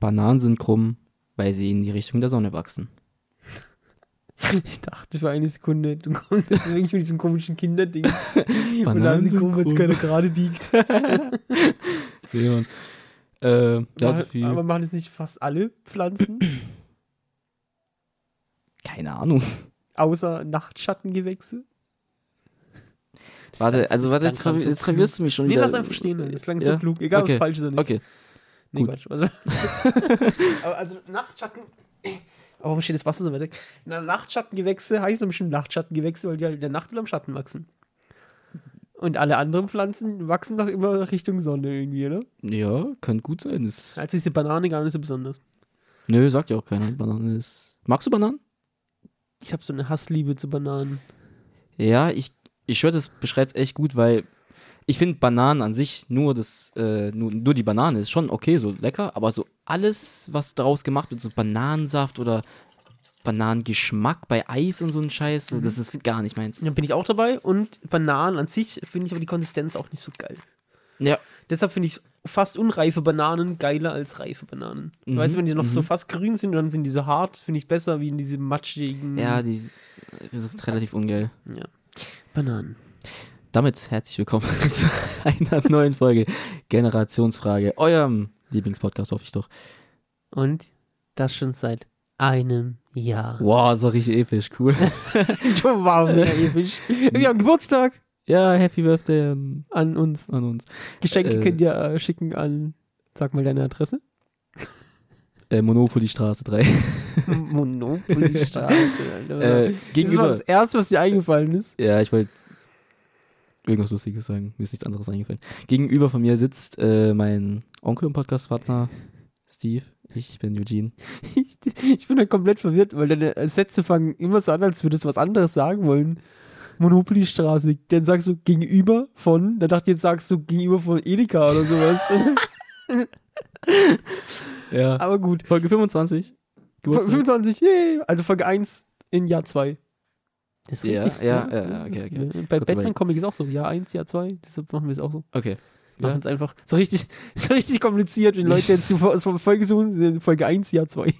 Bananen sind krumm, weil sie in die Richtung der Sonne wachsen. Ich dachte für eine Sekunde, du kommst jetzt wirklich mit diesem komischen Kinderding. Und dann Bananen sie sind gucken, wenn es cool. keiner gerade biegt. Leon. Äh, das viel. Aber machen es nicht fast alle Pflanzen? Keine Ahnung. Außer Nachtschattengewächse? Das Warte, klang- also das warte, klang jetzt, gerade verw so jetzt klug. verwirrst du mich schon Nee, wieder. lass einfach stehen. Das klang so Ja? klug. Egal, okay. was falsch ist oder nicht. Okay, Nee, Gut. Quatsch. Also, aber also Nachtschatten. Aber warum steht das Wasser so weit weg? Na, Nachtschattengewächse heißen bestimmt Nachtschattengewächse, weil die halt in der Nacht oder im Schatten wachsen. Und alle anderen Pflanzen wachsen doch immer Richtung Sonne irgendwie, oder? ja, könnte gut sein. Ist, Also ist die Banane gar nicht so besonders. nö, sagt ja auch keiner. Banane ist. Magst du Bananen? Ich habe so eine Hassliebe zu Bananen. Ja, ich, ich schwöre, das beschreibt echt gut, weil ich finde Bananen an sich, nur das, äh, nur, nur die Banane ist schon okay, so lecker, aber so alles, was daraus gemacht wird, so Bananensaft oder Bananengeschmack bei Eis und so ein Scheiß, so, das ist gar nicht meins. Da bin ich auch dabei. Und Bananen an sich finde ich aber die Konsistenz auch nicht so geil. Ja, Deshalb finde ich fast unreife Bananen geiler als reife Bananen. Mhm, Weißt du, wenn die noch so mhm. fast grün sind, dann sind die so hart, finde ich besser, wie in diese matschigen ja, die das ist relativ ungeil. Bananen. Damit herzlich willkommen zu einer neuen Folge Generationsfrage, eurem Lieblingspodcast, hoffe ich doch. Und das schon seit einem Jahr. Wow, so richtig episch, cool. Schon wow, mega episch. Wir haben Geburtstag Ja, Happy Birthday an, an uns. an uns. Geschenke Äh. könnt ihr äh, schicken an, sag mal deine Adresse. Äh, Monopoly Straße 3. Monopolystraße. Alter. Äh, das war gegenüber. das Erste, was dir eingefallen ist. Ja, ich wollte irgendwas Lustiges sagen. Mir ist nichts anderes eingefallen. Gegenüber von mir sitzt äh, mein Onkel und Podcastpartner Steve. Ich bin Eugene. Ich, ich bin da komplett verwirrt, weil deine äh, Sätze fangen immer so an, als würdest du was anderes sagen wollen. Monopolystraße, dann sagst du gegenüber von, dann dachte ich, jetzt sagst du gegenüber von Edeka oder sowas. Ja. Aber gut. Folge 25. Fol- 25, yay. Also Folge 1 in Jahr 2. Das Ja, ja, ja, ja, okay, Das- okay. Bei Gott sei Batman Dank. Comic ist auch so, Jahr 1, Jahr 2, deshalb machen wir es auch so. Okay. Ja. Machen es einfach so richtig, so richtig kompliziert, wenn Leute jetzt zu- aus Folge suchen, Folge 1, Jahr 2.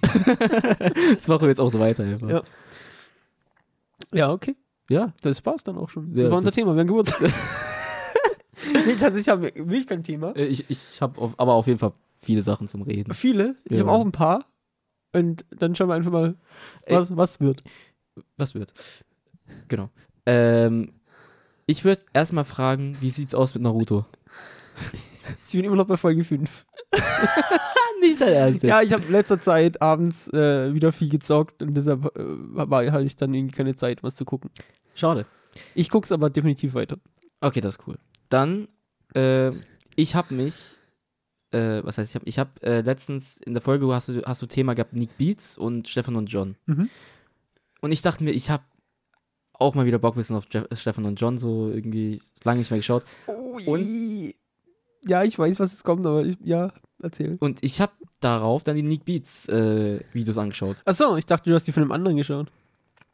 Das machen wir jetzt auch so weiter. Einfach. Ja. Ja, okay. ja. Das war's dann auch schon. Ja, das war unser das- Thema, wir haben Geburtstag. nee, tatsächlich haben wir wirklich kein Thema. Äh, Ich, ich habe aber auf jeden Fall viele Sachen zum Reden. Viele, ich Ja. habe auch ein paar. Und dann schauen wir einfach mal, Ey. was, was wird. Was wird? Genau. Ähm, ich würde erstmal fragen, wie sieht's aus mit Naruto? Ich bin immer noch bei Folge 5. Nicht dein Ernst. Ja. Ja, ich habe in letzter Zeit abends äh, wieder viel gezockt und deshalb äh, war- hatte ich dann irgendwie keine Zeit, was zu gucken. Schade. Ich guck's aber definitiv weiter. Okay, das ist cool. Dann, äh, ich habe mich, äh, was heißt ich habe, ich habe äh, letztens in der Folge hast du hast du Thema gehabt Nick Beats und Stefan und John. Mhm. Und ich dachte mir, ich habe auch mal wieder Bock bisschen auf Jeff, Stefan und John so irgendwie lange nicht mehr geschaut. Und? Ja, ich weiß, was jetzt kommt, aber ich, ja, erzähl. Und ich habe darauf dann die Nick Beats äh, Videos angeschaut. Achso, ich dachte, du hast die von einem anderen geschaut.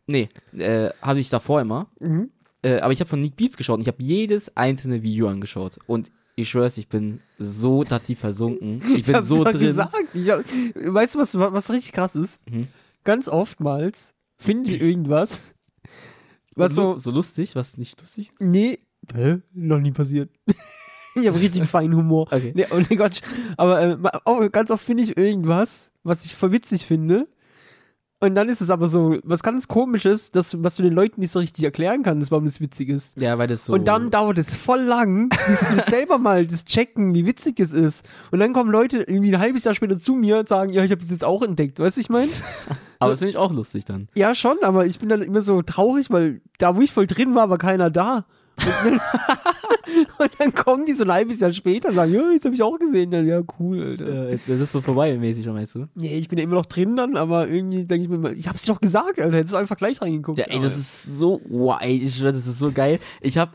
Nee, äh, habe ich davor immer. Mhm. Äh, aber ich habe von Nick Beats geschaut und ich habe jedes einzelne Video angeschaut. Und ich schwör's, ich bin so da tief versunken. Ich bin so doch drin. gesagt. Ich hab, weißt du, was, was richtig krass ist? Mhm. Ganz oftmals finde ich irgendwas, was so, so lustig, was nicht lustig ist. Nee. Hä? Noch nie passiert. ich habe richtig feinen Humor. Okay. Nee, oh nee, Quatsch. Aber äh, ma- auch ganz oft finde ich irgendwas, was ich voll witzig finde. Und dann ist es aber so was ganz komisches, das, was du den Leuten nicht so richtig erklären kannst, warum das witzig ist. Ja, weil das so. Und dann dauert es voll lang, bis du selber mal das checken, wie witzig es ist. Und dann kommen Leute irgendwie ein halbes Jahr später zu mir und sagen, ja, ich habe das jetzt auch entdeckt. Weißt du, ich meine? Aber das finde ich auch lustig dann. Ja, schon, aber ich bin dann immer so traurig, weil da, wo ich voll drin war, war keiner da. Und dann, und dann kommen die so ein halbes Jahr später und sagen, ja, jetzt habe ich auch gesehen. Dann, ja, cool, Alter. Äh, das ist so vorbei mäßig, meinst du? Nee, ich bin ja immer noch drin dann, aber irgendwie denke ich mir immer, ich hab's dir doch gesagt, Alter, hättest du einfach gleich reingeguckt. Ja, ey, das ist so. Wow, ey, ich schwör, das ist so geil. Ich habe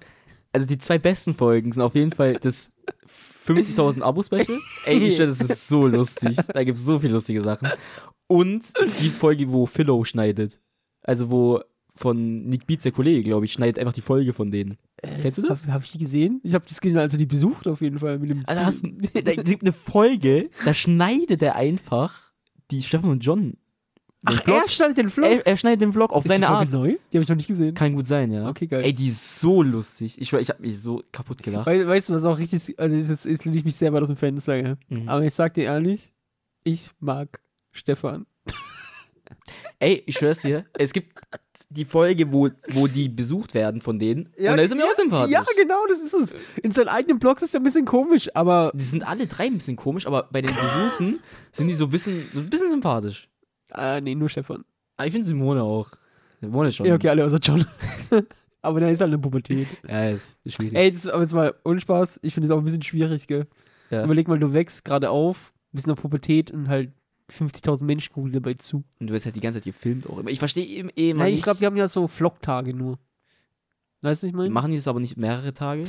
Also die zwei besten Folgen sind auf jeden Fall das 50.000 Abo-Special. Ey, ich schwör, das ist so lustig. Da gibt's so viele lustige Sachen. Und die Folge, wo Philo schneidet. Also, wo von Nick Beats, der Kollege, glaube ich, schneidet einfach die Folge von denen. Kennst du das? Habe hab ich die gesehen? Ich habe das gesehen, als er die besucht auf jeden Fall. Mit dem Also hast, da gibt eine Folge, da schneidet er einfach die Stefan und John. den Ach, Vlog. er schneidet den Vlog. er, er schneidet den Vlog auf Ist seine die Folge Art. neu? Die habe ich noch nicht gesehen. Kann gut sein, ja. Okay, geil. Ey, die ist so lustig. Ich, schwör, ich habe mich so kaputt gelacht. Wei- weißt du, was auch richtig, also das ist, jetzt lehne ich mich selber aus dem Fenster, gell? Mhm. aber ich sag dir ehrlich, ich mag Stefan. Ey, ich schwör's dir, es gibt die Folge, wo, wo die besucht werden von denen. und da ist er mir auch sympathisch. Ja, genau, das ist es. In seinen eigenen Blogs ist er ein bisschen komisch, aber Die sind alle drei ein bisschen komisch, aber bei den Besuchen sind die so ein bisschen, so ein bisschen sympathisch. äh, nee, nur Stefan. Aber ich finde Simone auch. Simone ist schon. Ja, okay, alle außer John. aber der ist halt in der Pubertät. Ja, ist ist schwierig. Ey, das ist aber jetzt mal ohne Spaß. Ich finde es auch ein bisschen schwierig, gell? Ja. Überleg mal, du wächst gerade auf, bist in der Pubertät und halt 50.000 Menschen gucken dir dabei zu. Und du wirst halt die ganze Zeit gefilmt auch immer. Ich verstehe eben eh immer Nein, nicht. ich glaube, die haben ja so Vlog-Tage nur. Weißt du, was ich meine? Machen die das aber nicht mehrere Tage?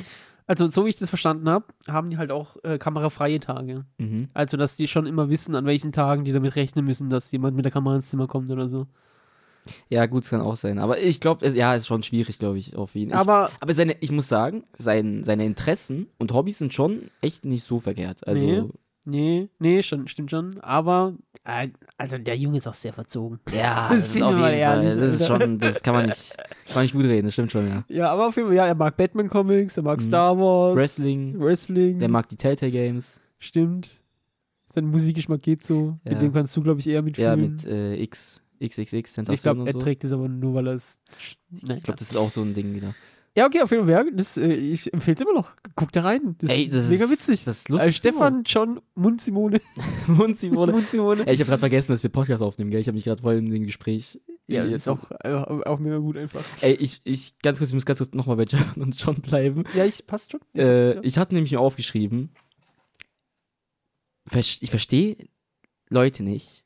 Also, so wie ich das verstanden habe, haben die halt auch äh, kamerafreie Tage. Mhm. Also, dass die schon immer wissen, an welchen Tagen die damit rechnen müssen, dass jemand mit der Kamera ins Zimmer kommt oder so. Ja, gut, es kann auch sein. Aber ich glaube, ja, ist schon schwierig, glaube ich, auf ihn. Ich, Aber aber seine, ich muss sagen, sein, seine Interessen und Hobbys sind schon echt nicht so verkehrt. Also, Nee, nee, schon, stimmt schon. Aber, äh, also der Junge ist auch sehr verzogen. ja, das ist Sind auf wir jeden mal Fall. ehrlich, das ist Alter. Mhm. schon, das kann man nicht, kann man nicht gut reden, das stimmt schon, ja. Ja, aber auf jeden Fall, ja, er mag Batman-Comics, er mag Star Wars. Mhm. Wrestling, Wrestling. der mag die Telltale Games, stimmt. Sein Musikgeschmack geht so. Ja. Mit dem kannst du, glaube ich, eher mitfühlen. ja, mit äh, X, XXX, ich Tentation glaube, und er so. trägt es aber nur, weil er es. Nein, Ich glaube, das ist auch so ein Ding genau. wieder. Ja, okay, auf jeden Fall. ja, Das, äh, ich empfehle es immer noch. Guck da rein. Das Ey, das ist mega ist- witzig. das ist lustig Äh, Stefan, John, Mund Simone. Und sie wurde. Mund Simone. Ey, ich habe gerade vergessen, dass wir Podcast aufnehmen, gell? Ich habe mich gerade voll in dem Gespräch. ja, ist auch, äh, auch mega gut einfach. Ey, ich, ich, ganz kurz, ich muss ganz kurz nochmal bei John und John bleiben. Ja, ich passt schon. Ich- Äh, ja. ich hatte nämlich mir aufgeschrieben, vers- ich verstehe Leute nicht.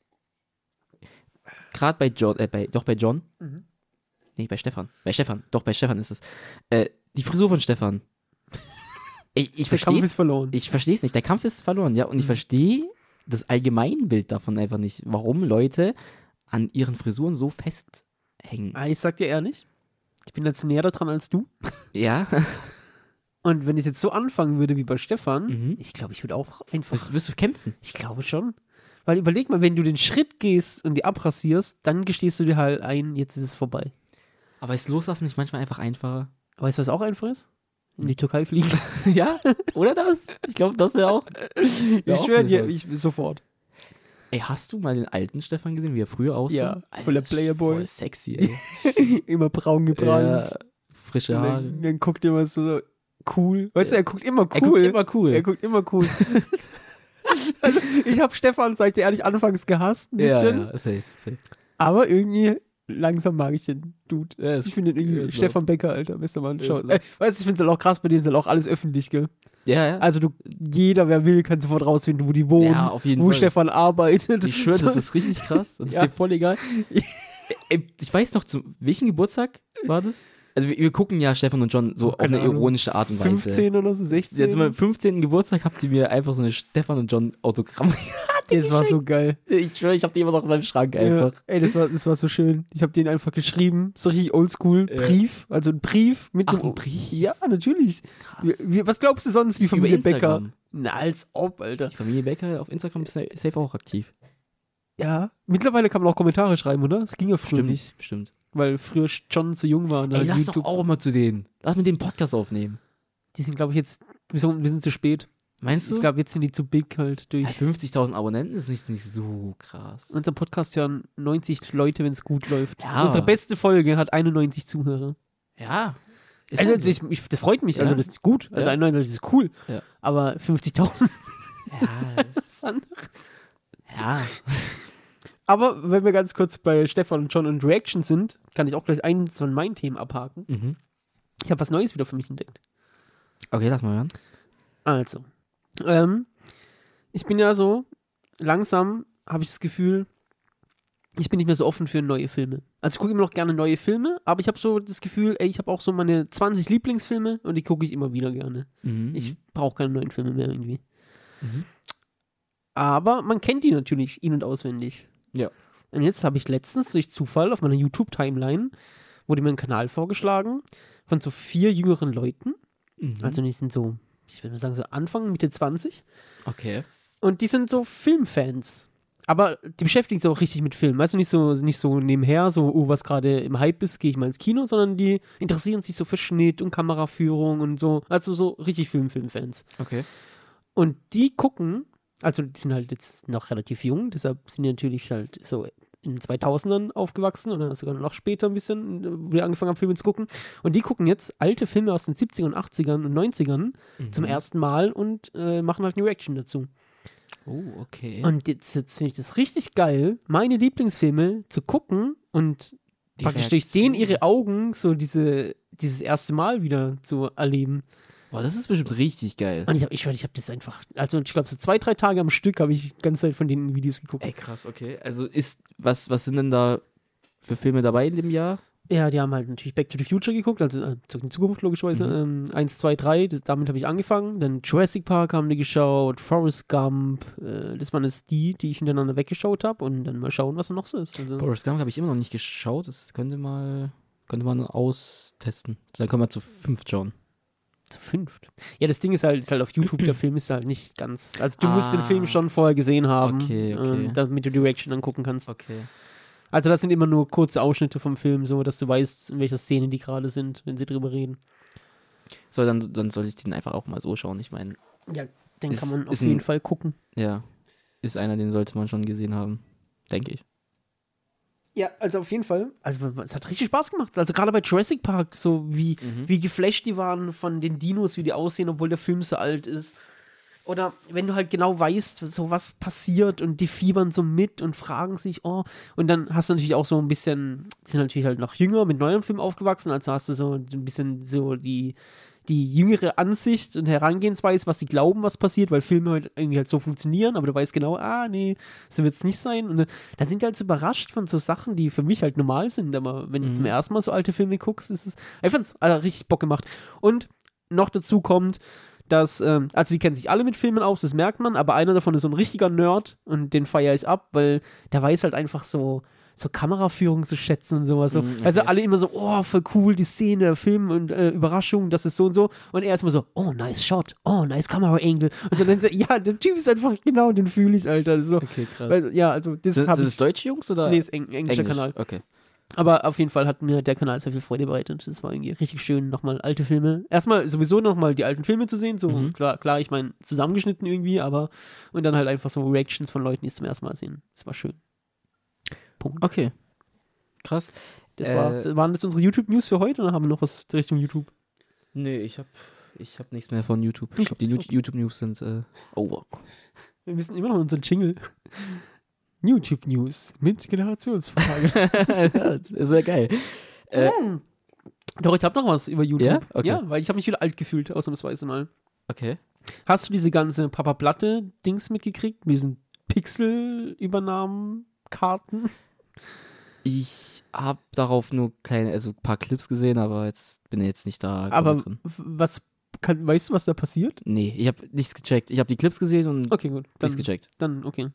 Gerade bei John, äh, bei, doch bei John. Mhm. Nee, bei Stefan. Bei Stefan, doch bei Stefan ist es. Äh, die Frisur von Stefan. ich ich Der Kampf verstehe ist verloren. Mhm. ich verstehe es nicht. Der Kampf ist verloren, ja. Und ich verstehe das Allgemeinbild davon einfach nicht, warum Leute an ihren Frisuren so festhängen. Ah, ich sag dir ehrlich, ich bin jetzt näher daran als du. Ja, Und wenn ich jetzt so anfangen würde wie bei Stefan, Mhm. ich glaube, ich würde auch einfach. wirst, wirst du kämpfen. Ich glaube schon. Weil überleg mal, wenn du den Schritt gehst und die abrasierst, dann gestehst du dir halt ein, jetzt ist es vorbei. Aber ist Loslassen nicht manchmal einfach einfacher? Weißt du, was auch einfach ist? In die Türkei fliegen. Ja, oder das? Ich glaube, das wäre auch. wär auch ich schwöre nicht dir, was. ich, sofort. Ey, hast du mal den alten Stefan gesehen, wie er früher aussah? Ja, voller ist Playboy. Voll sexy, ey. Immer braun ja, gebrannt. frische Und Haare. Dann, dann guckt er immer so, so cool. Weißt du, er guckt immer cool. Er guckt immer cool. Er guckt immer cool. also, ich habe Stefan, sag ich dir ehrlich, anfangs gehasst ein ja, bisschen. ja, safe, safe. Aber irgendwie langsam mag ich den Dude. Ja, ist- ich finde den ist irgendwie so. Stefan Becker, Alter, bester Mann. Ist Schau. so. Äh, weißt du, ich finde es halt auch krass, bei denen ist halt auch alles öffentlich, gell? Ja, ja. Also du, jeder, wer will, kann sofort rausfinden, wo die wohnen, Ja, auf jeden wo Fall. Stefan arbeitet. Ich schwöre, das ist richtig krass und Ja. ist dir voll egal. Ey, Ich weiß noch, zu welchem Geburtstag war das? Also wir, wir gucken ja Stefan und John so auf Oh, keine eine Ahnung. ironische Art und Weise. 15 oder so, 16. Jetzt meinem 15. Geburtstag habt ihr mir einfach so eine Stefan und John Autogramm. das war so geil. Ich schwöre, ich hab die immer noch in meinem Schrank Ja, einfach. ey, das war, das war so schön. Ich habe den einfach geschrieben, so richtig oldschool, Ja. Brief, also ein Brief mit Ach, einem- ein Brief. Ja, natürlich. Wir, wir, was glaubst du sonst, wie Familie Becker? Instagram. Na, als ob, Alter. Die Familie Becker auf Instagram ist sa- safe auch aktiv. Ja, mittlerweile kann man auch Kommentare schreiben, oder? Das ging ja früher nicht. stimmt. weil früher John zu jung war. Und Ey, halt lass doch auch mal zu denen. Lass mit denen Podcast aufnehmen. Die sind, glaube ich, jetzt wir sind, wir sind zu spät. Meinst du? Also Ich glaube, jetzt sind die zu big halt Ja, durch. 50.000 Abonnenten ist nicht, nicht so krass. Unser Podcast hören 90 Leute, wenn es gut läuft. Ja. Unsere beste Folge hat 91 Zuhörer. Ja. Ist Also, halt so. ich, ich, das freut mich, Ja. also das ist gut. Also Ja. 91 ist cool. Ja. Aber 50.000 ja, ist anderes. ja. Aber wenn wir ganz kurz bei Stefan und John und Reaction sind, kann ich auch gleich eins von meinen Themen abhaken. Mhm. Ich habe was Neues wieder für mich entdeckt. Okay, lass mal hören. Also, ähm, ich bin ja so, langsam habe ich das Gefühl, ich bin nicht mehr so offen für neue Filme. Also ich gucke immer noch gerne neue Filme, aber ich habe so das Gefühl, ey, ich habe auch so meine 20 Lieblingsfilme und die gucke ich immer wieder gerne. Mhm. Ich brauche keine neuen Filme mehr irgendwie. Mhm. Aber man kennt die natürlich in- und auswendig. Ja. Und jetzt habe ich letztens durch Zufall auf meiner YouTube-Timeline wurde mir ein Kanal vorgeschlagen von so vier jüngeren Leuten. mhm. Also die sind so, ich würde mal sagen, so Anfang, Mitte 20. Okay. Und die sind so Filmfans. Aber die beschäftigen sich auch richtig mit Filmen. Also nicht so, nicht so nebenher, so, oh, was gerade im Hype ist, gehe ich mal ins Kino, sondern die interessieren sich so für Schnitt und Kameraführung und so. Also so richtig Film-Filmfans. Okay. Und die gucken, also die sind halt jetzt noch relativ jung, deshalb sind die natürlich halt so in den 2000ern aufgewachsen oder sogar noch später ein bisschen, wo die angefangen haben, Filme zu gucken. Und die gucken jetzt alte Filme aus den 70ern und 80ern und 90ern Mhm. zum ersten Mal und äh, machen halt eine Reaction dazu. Oh, okay. Und jetzt, jetzt finde ich das richtig geil, meine Lieblingsfilme zu gucken und Die praktisch durch Reaktion. den ihre Augen so diese, dieses erste Mal wieder zu erleben. Boah, das ist bestimmt richtig geil. Und ich habe ich, schwör, ich hab das einfach, also ich glaube so zwei, drei Tage am Stück habe ich die ganze Zeit von den Videos geguckt. Ey, krass, okay. Also ist, was, was sind denn da für Filme dabei in dem Jahr? Ja, die haben halt natürlich Back to the Future geguckt, also äh, zurück in die Zukunft logischerweise. Mhm. Ähm, 1, 2, 3, das, damit habe ich angefangen. Dann Jurassic Park haben die geschaut, Forrest Gump. Äh, das waren jetzt die, die ich hintereinander weggeschaut habe und dann mal schauen, was da noch so ist. Also, Forrest Gump habe ich immer noch nicht geschaut. Das könnte mal, könnte man austesten. Also Dann können wir zu fünf schauen. zu fünft. Ja, das Ding ist halt, ist halt auf YouTube, der Film ist halt nicht ganz. Also du musst den Ah. Film schon vorher gesehen haben, Okay, okay. ähm, damit du die Reaction angucken kannst. Okay. Also das sind immer nur kurze Ausschnitte vom Film, so dass du weißt, in welcher Szene die gerade sind, wenn sie drüber reden. So, dann, dann soll ich den einfach auch mal so schauen. Ich meine, Ja, den Ist- kann man auf ist ein- jeden Fall gucken. ja, ist einer, den sollte man schon gesehen haben. Denke ich. Ja, also auf jeden Fall. Also es hat richtig Spaß gemacht. Also gerade bei Jurassic Park, so wie, wie geflasht die waren von den Dinos, wie die aussehen, obwohl der Film so alt ist. Oder wenn du halt genau weißt, so was passiert und die fiebern so mit und fragen sich, oh, und dann hast du natürlich auch so ein bisschen, die sind natürlich halt noch jünger, mit neuem Film aufgewachsen, also hast du so ein bisschen so die, die jüngere Ansicht und Herangehensweise, was sie glauben, was passiert, weil Filme heute irgendwie halt so funktionieren, aber du weißt genau, ah, nee, so wird es nicht sein. Und äh, da sind die halt so überrascht von so Sachen, die für mich halt normal sind, aber wenn du zum ersten Mal so alte Filme guckst, ist es, ich fand's also, richtig Bock gemacht. Und noch dazu kommt, dass, ähm, also die kennen sich alle mit Filmen aus, das merkt man, aber einer davon ist so ein richtiger Nerd und den feiere ich ab, weil der weiß halt einfach so, so Kameraführung zu schätzen und sowas. So. Mm, okay. Also alle immer so, oh, voll cool, die Szene, der Film und äh, Überraschung, das ist so und so. Und er ist immer so, oh, nice Shot, oh, nice Kamera-Angle. Und so, dann so, ja, der Typ ist einfach genau, den fühle ich, Alter. Das ist so, Okay, krass. also, ja, also das sind, habe sind ich. es deutsche Jungs oder Nee, ist eng, englischer Kanal. Okay. Aber auf jeden Fall hat mir der Kanal sehr viel Freude bereitet. Das war irgendwie richtig schön, nochmal alte Filme. Erstmal sowieso nochmal die alten Filme zu sehen. So, Mhm. klar, klar, ich meine, zusammengeschnitten irgendwie, aber und dann halt einfach so Reactions von Leuten, die es zum ersten Mal sehen. Das war schön. Punkt. Okay. Krass. Das war, äh, das waren das unsere YouTube-News für heute oder haben wir noch was Richtung YouTube? Nee, ich hab, ich hab nichts mehr von YouTube. Ich Ich- glaub, die Ju- YouTube-News sind äh, over. Wir müssen immer noch unseren Jingle. YouTube-News mit Generationsfrage. das wäre geil. Äh, Doch, ich habe noch was über YouTube. Ja? Okay. ja weil ich habe mich wieder alt gefühlt, ausnahmsweise mal. Okay. Hast du diese ganze Papa Platte Dings mitgekriegt mit diesen Pixel Übernahmen Karten? Ich habe darauf nur kleine, also ein paar Clips gesehen, aber jetzt bin ich jetzt nicht da Aber komplett drin. w- was kann, weißt du, was da passiert? Nee, ich habe nichts gecheckt. Ich habe die Clips gesehen und Okay, gut. nichts Dann, gecheckt. dann okay.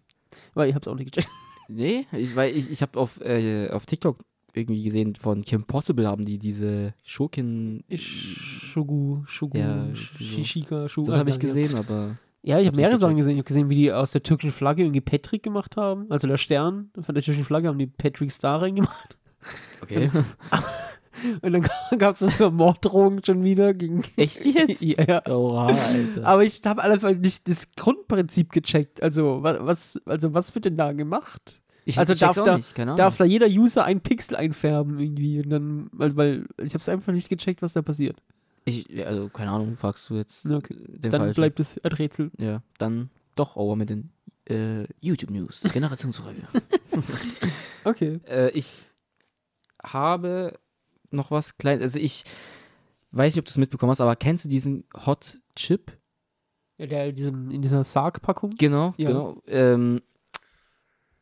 Weil ich hab's auch nicht gecheckt. Nee, ich, weil ich, ich habe auf, äh, auf TikTok irgendwie gesehen, von Kim Possible haben die diese Schurkin. Shogu, Shogu, Äh, Ja, Sh- so. Shishika, Shogu. das habe ich ja. gesehen, aber. Ja, ich Ich habe hab's mehrere nicht Sachen gecheckt. gesehen. Ich habe gesehen, wie die aus der türkischen Flagge irgendwie Patrick gemacht haben. Also der Stern von der türkischen Flagge haben die Patrick Star reingemacht. Okay. Und dann gab's so eine Morddrohung schon wieder gegen. Echt jetzt? Ja, ja. Oha, Alter. Aber ich habe alle Fall nicht das Grundprinzip gecheckt. Also, wa- was, also was wird denn da gemacht? Ich, also ich check's darf auch da- nicht, keine Ahnung. Darf da jeder User einen Pixel einfärben irgendwie? Und dann, also, weil ich habe es einfach nicht gecheckt, was da passiert. ich, also, keine Ahnung, fragst du jetzt Ja, okay. den dann Falschen. bleibt es ein Rätsel. Ja, dann doch over mit den äh, YouTube-News. Generationsfrage. Okay. äh, ich habe noch was kleines. Also ich weiß nicht, ob du es mitbekommen hast, aber kennst du diesen Hot Chip? Ja, der in, diesem, in dieser Sargpackung. Genau, Ja. genau. Ähm,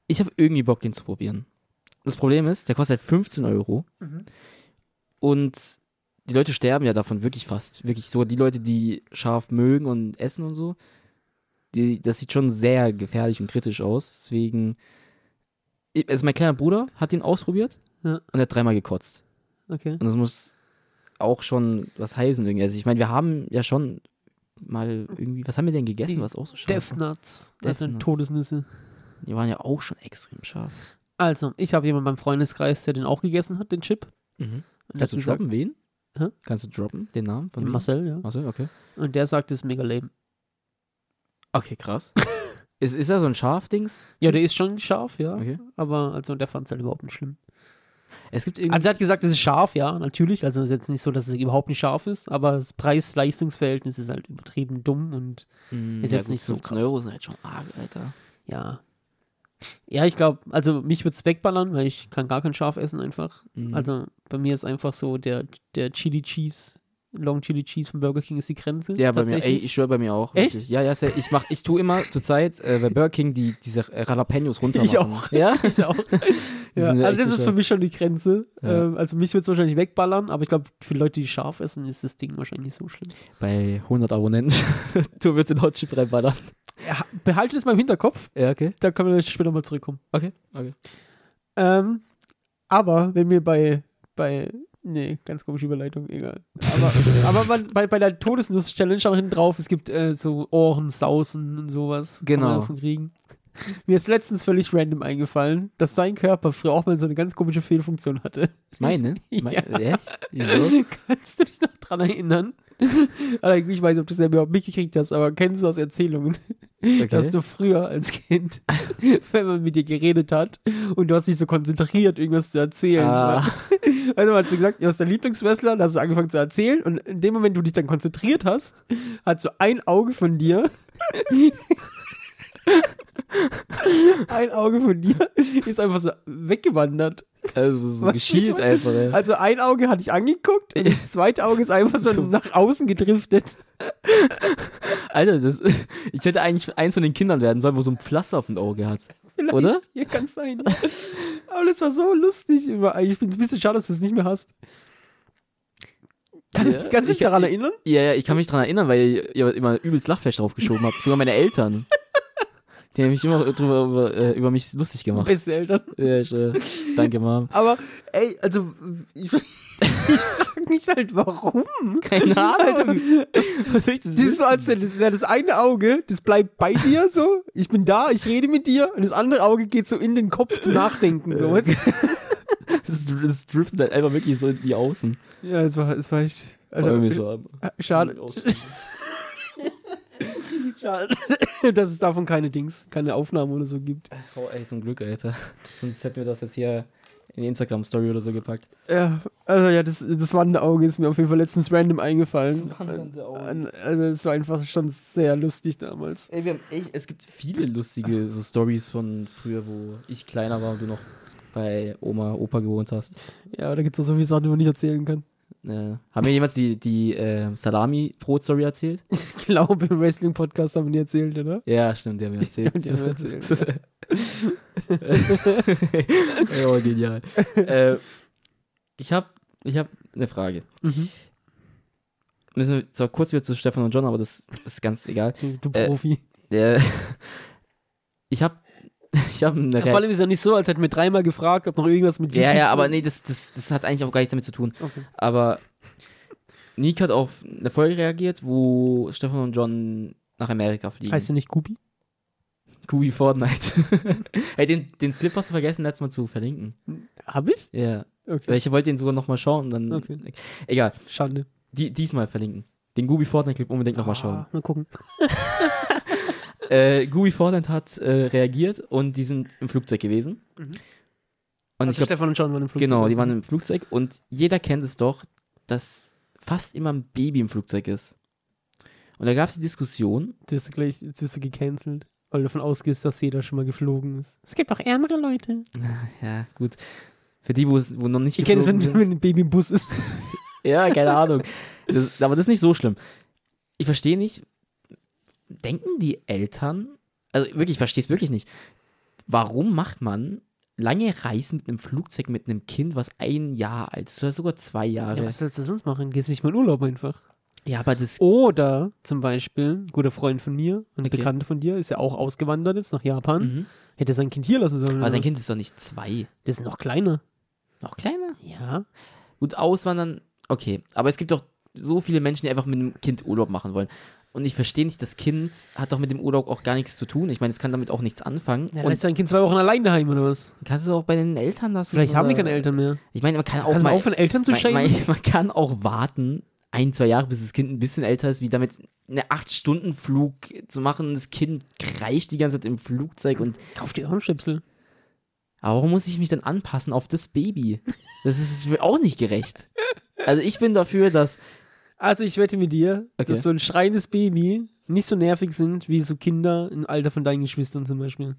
ich habe irgendwie Bock, den zu probieren. Das Problem ist, der kostet halt 15 Euro. Mhm. Und die Leute sterben ja davon wirklich fast. Wirklich so. Die Leute, die scharf mögen und essen und so, die, das sieht schon sehr gefährlich und kritisch aus. Deswegen. Also mein kleiner Bruder hat den ausprobiert Ja. und er hat dreimal gekotzt. Okay. Und das muss auch schon was heißen irgendwie. Also ich meine, wir haben ja schon mal irgendwie, was haben wir denn gegessen, Die was auch so scharf Death war? Nuts. Death Das sind Nuts. Todesnüsse. Die waren ja auch schon extrem scharf. Also, ich habe jemanden beim Freundeskreis, der den auch gegessen hat, den Chip. Und Kannst du der hat gesagt, droppen, wen? Mhm. Hä? Kannst du droppen, den Namen von wem? Ah. Marcel, ja. Marcel, okay. Und der sagt, das ist mega lame. Okay, krass. ist, ist da so ein Schaf-Dings? Ja, der ist schon scharf, ja. Okay. Aber also der fand es halt überhaupt nicht schlimm. Es gibt irgendwie. Also er hat gesagt, es ist scharf, ja, natürlich. Also es ist jetzt nicht so, dass es überhaupt nicht scharf ist, aber das Preis-Leistungs-Verhältnis ist halt übertrieben dumm und Mm, ist ja jetzt gut, nicht so 15 krass. Euro sind halt schon arg, Alter. ja. Ja, ich glaube, also mich würde es wegballern, weil ich kann gar kein Schaf essen einfach. Mhm. Also bei mir ist einfach so der, der Chili Cheese, Long Chili Cheese von Burger King ist die Grenze. Ja, bei mir, ey, tatsächlich. ich schwöre bei mir auch. Echt? Wirklich. Ja, ja, sehr- ich mach, ich tue immer zurzeit äh, bei Burger King die, diese äh, Jalapenos runter. Ich machen. auch. Ja? ich auch. ja, sind ja also echt das ist sicher. für mich schon die Grenze. Ja. Ähm, also mich würde es wahrscheinlich wegballern, aber ich glaube, für Leute, die scharf essen, ist das Ding wahrscheinlich nicht so schlimm. Bei 100 Abonnenten. du willst den Hot Chip reinballern. Ja, behaltet es mal im Hinterkopf, Ja, okay. da können wir später mal zurückkommen. Okay, okay. Ähm, aber wenn wir bei, bei, nee, ganz komische Überleitung, egal. Aber, aber man, bei, bei der Todesnuss-Challenge auch hinten drauf, es gibt äh, so Ohrensausen und sowas. kann Genau. man davon kriegen. Mir ist letztens völlig random eingefallen, dass sein Körper früher auch mal so eine ganz komische Fehlfunktion hatte. Meine? Meine? Echt? Wieso? Kannst du dich noch dran erinnern? Also ich weiß nicht, ob du es selber überhaupt mitgekriegt hast, aber kennst du aus Erzählungen, Okay. dass du früher als Kind, wenn man mit dir geredet hat und du hast dich so konzentriert, irgendwas zu erzählen. Ah. Also man hat so gesagt, du hast deinen Lieblingswrestler, und hast du angefangen zu erzählen und in dem Moment, wo du dich dann konzentriert hast, hat so ein Auge von dir ein Auge von dir ist einfach so weggewandert. also so Weißt du, geschielt ich mein- einfach. Ja. Also ein Auge hatte ich angeguckt und das zweite Auge ist einfach so, nach außen gedriftet. Alter, das, ich hätte eigentlich eins von den Kindern werden sollen, wo so ein Pflaster auf dem Auge hat. Vielleicht. Oder? Ja, kann sein. Aber das war so lustig immer. Ich bin ein bisschen schade, dass du es nicht mehr hast. Kannst Ja, du kannst dich ich- daran erinnern? Ja, ja, ich kann mich dran erinnern, weil ihr immer übelst Lachfleisch draufgeschoben habt. Sogar meine Eltern. Die haben mich immer drüber, über, äh, über mich lustig gemacht. Beste Eltern. Ja, ich, äh, danke, Mom. Aber, ey, also, ich, ich frage mich halt, warum? Keine Ahnung. Was soll ich das Das ist wissen? so, als wenn das wäre das eine Auge, das bleibt bei dir so. Ich bin da, ich rede mit dir. Und das andere Auge geht so in den Kopf zum Nachdenken. So. weißt du? Das, das driftet halt einfach wirklich so in die Außen. Ja, es war, es war echt. Also, Aber irgendwie so ab- schade, Außen. schade, dass es davon keine Dings, keine Aufnahmen oder so gibt. Oh, ey, zum Glück, Alter. Sonst hätten wir das jetzt hier in die Instagram-Story oder so gepackt. Ja, also ja, das, das wandernde Auge ist mir auf jeden Fall letztens random eingefallen. Das wandernde Auge. An- Also es war einfach schon sehr lustig damals. Ey, wir haben echt, es gibt viele lustige so Stories von früher, wo ich kleiner war und du noch bei Oma, Opa gewohnt hast. Ja, aber da gibt es so viele Sachen, die man nicht erzählen kann. Äh, haben wir jemals die, die äh, Salami-Brot-Story erzählt? Ich glaube, im Wrestling-Podcast haben wir die erzählt, oder? Ja, stimmt, die haben wir erzählt. die haben wir erzählt, ja, oh, genial. Äh, ich habe ich hab eine Frage. Mhm. Müssen wir zwar kurz wieder zu Stefan und John, aber das ist ganz egal. Du Äh, Profi. Äh, ich habe ich hab eine vor allem ist ja nicht so, als hätten wir dreimal gefragt, ob noch irgendwas mit Ja, ja, aber nee, das, das, das hat eigentlich auch gar nichts damit zu tun. Okay. Aber Nick hat auf eine Folge reagiert, wo Stefan und John nach Amerika fliegen. Heißt du nicht Gubi? Kubi Fortnite. Ey, den, den Clip hast du vergessen, letztes Mal zu verlinken. Hab ich? Ja. Okay. Weil Ich wollte den sogar nochmal schauen, dann. Okay. Egal, Schande. die, diesmal verlinken. Den Gubi Fortnite Clip unbedingt nochmal schauen. Ah, Mal gucken. Äh, Gubi Fortnite hat äh, reagiert und die sind im Flugzeug gewesen. Und Mhm. also ich glaube, Stefan und John waren im Flugzeug. Genau, die waren im Flugzeug und jeder kennt es doch, dass fast immer ein Baby im Flugzeug ist. Und da gab es die Diskussion, Jetzt wirst du gleich, jetzt wirst du gecancelt, weil du davon ausgehst, dass jeder schon mal geflogen ist. Es gibt auch ärmere Leute. ja gut, für die, wo, es, wo noch nicht Ich kenne es, wenn, geflogen sind. wenn ein Baby im Bus ist. Ja, keine Ahnung. Das, aber das ist nicht so schlimm. Ich verstehe nicht, denken die Eltern, also wirklich, ich verstehe es wirklich nicht, warum macht man lange Reisen mit einem Flugzeug mit einem Kind, was ein Jahr alt ist oder sogar zwei Ja, Jahre? was sollst du sonst machen? Gehst nicht mal in Urlaub einfach. Ja, aber das Oder zum Beispiel, ein guter Freund von mir, ein Okay. Bekannter von dir, ist ja auch ausgewandert jetzt nach Japan. Mhm. Hätte sein Kind hier lassen sollen. Aber oder sein was? Kind ist doch nicht zwei. Das ist noch kleiner. Noch kleiner? Ja. Gut, auswandern, okay. Aber es gibt doch so viele Menschen, die einfach mit einem Kind Urlaub machen wollen. Und ich verstehe nicht, das Kind hat doch mit dem Urlaub auch gar nichts zu tun. Ich meine, es kann damit auch nichts anfangen. Ja, und lässt dein Kind zwei Wochen allein daheim oder was? kannst du auch bei den Eltern lassen. Vielleicht haben die oder- keine Eltern mehr. Ich meine, man kann auch Kannst du mal, mal aufhören, Eltern zu man, schämen? man, man kann auch warten, ein, zwei Jahre, bis das Kind ein bisschen älter ist, wie damit eine 8-Stunden-Flug zu machen. Das Kind kreischt die ganze Zeit im Flugzeug und Kauf dir Ohrenschnipsel. aber warum muss ich mich dann anpassen auf das Baby? Das ist auch nicht gerecht. Also ich bin dafür, dass Also ich wette mit dir, Okay. dass so ein schreiendes Baby nicht so nervig sind, wie so Kinder im Alter von deinen Geschwistern zum Beispiel.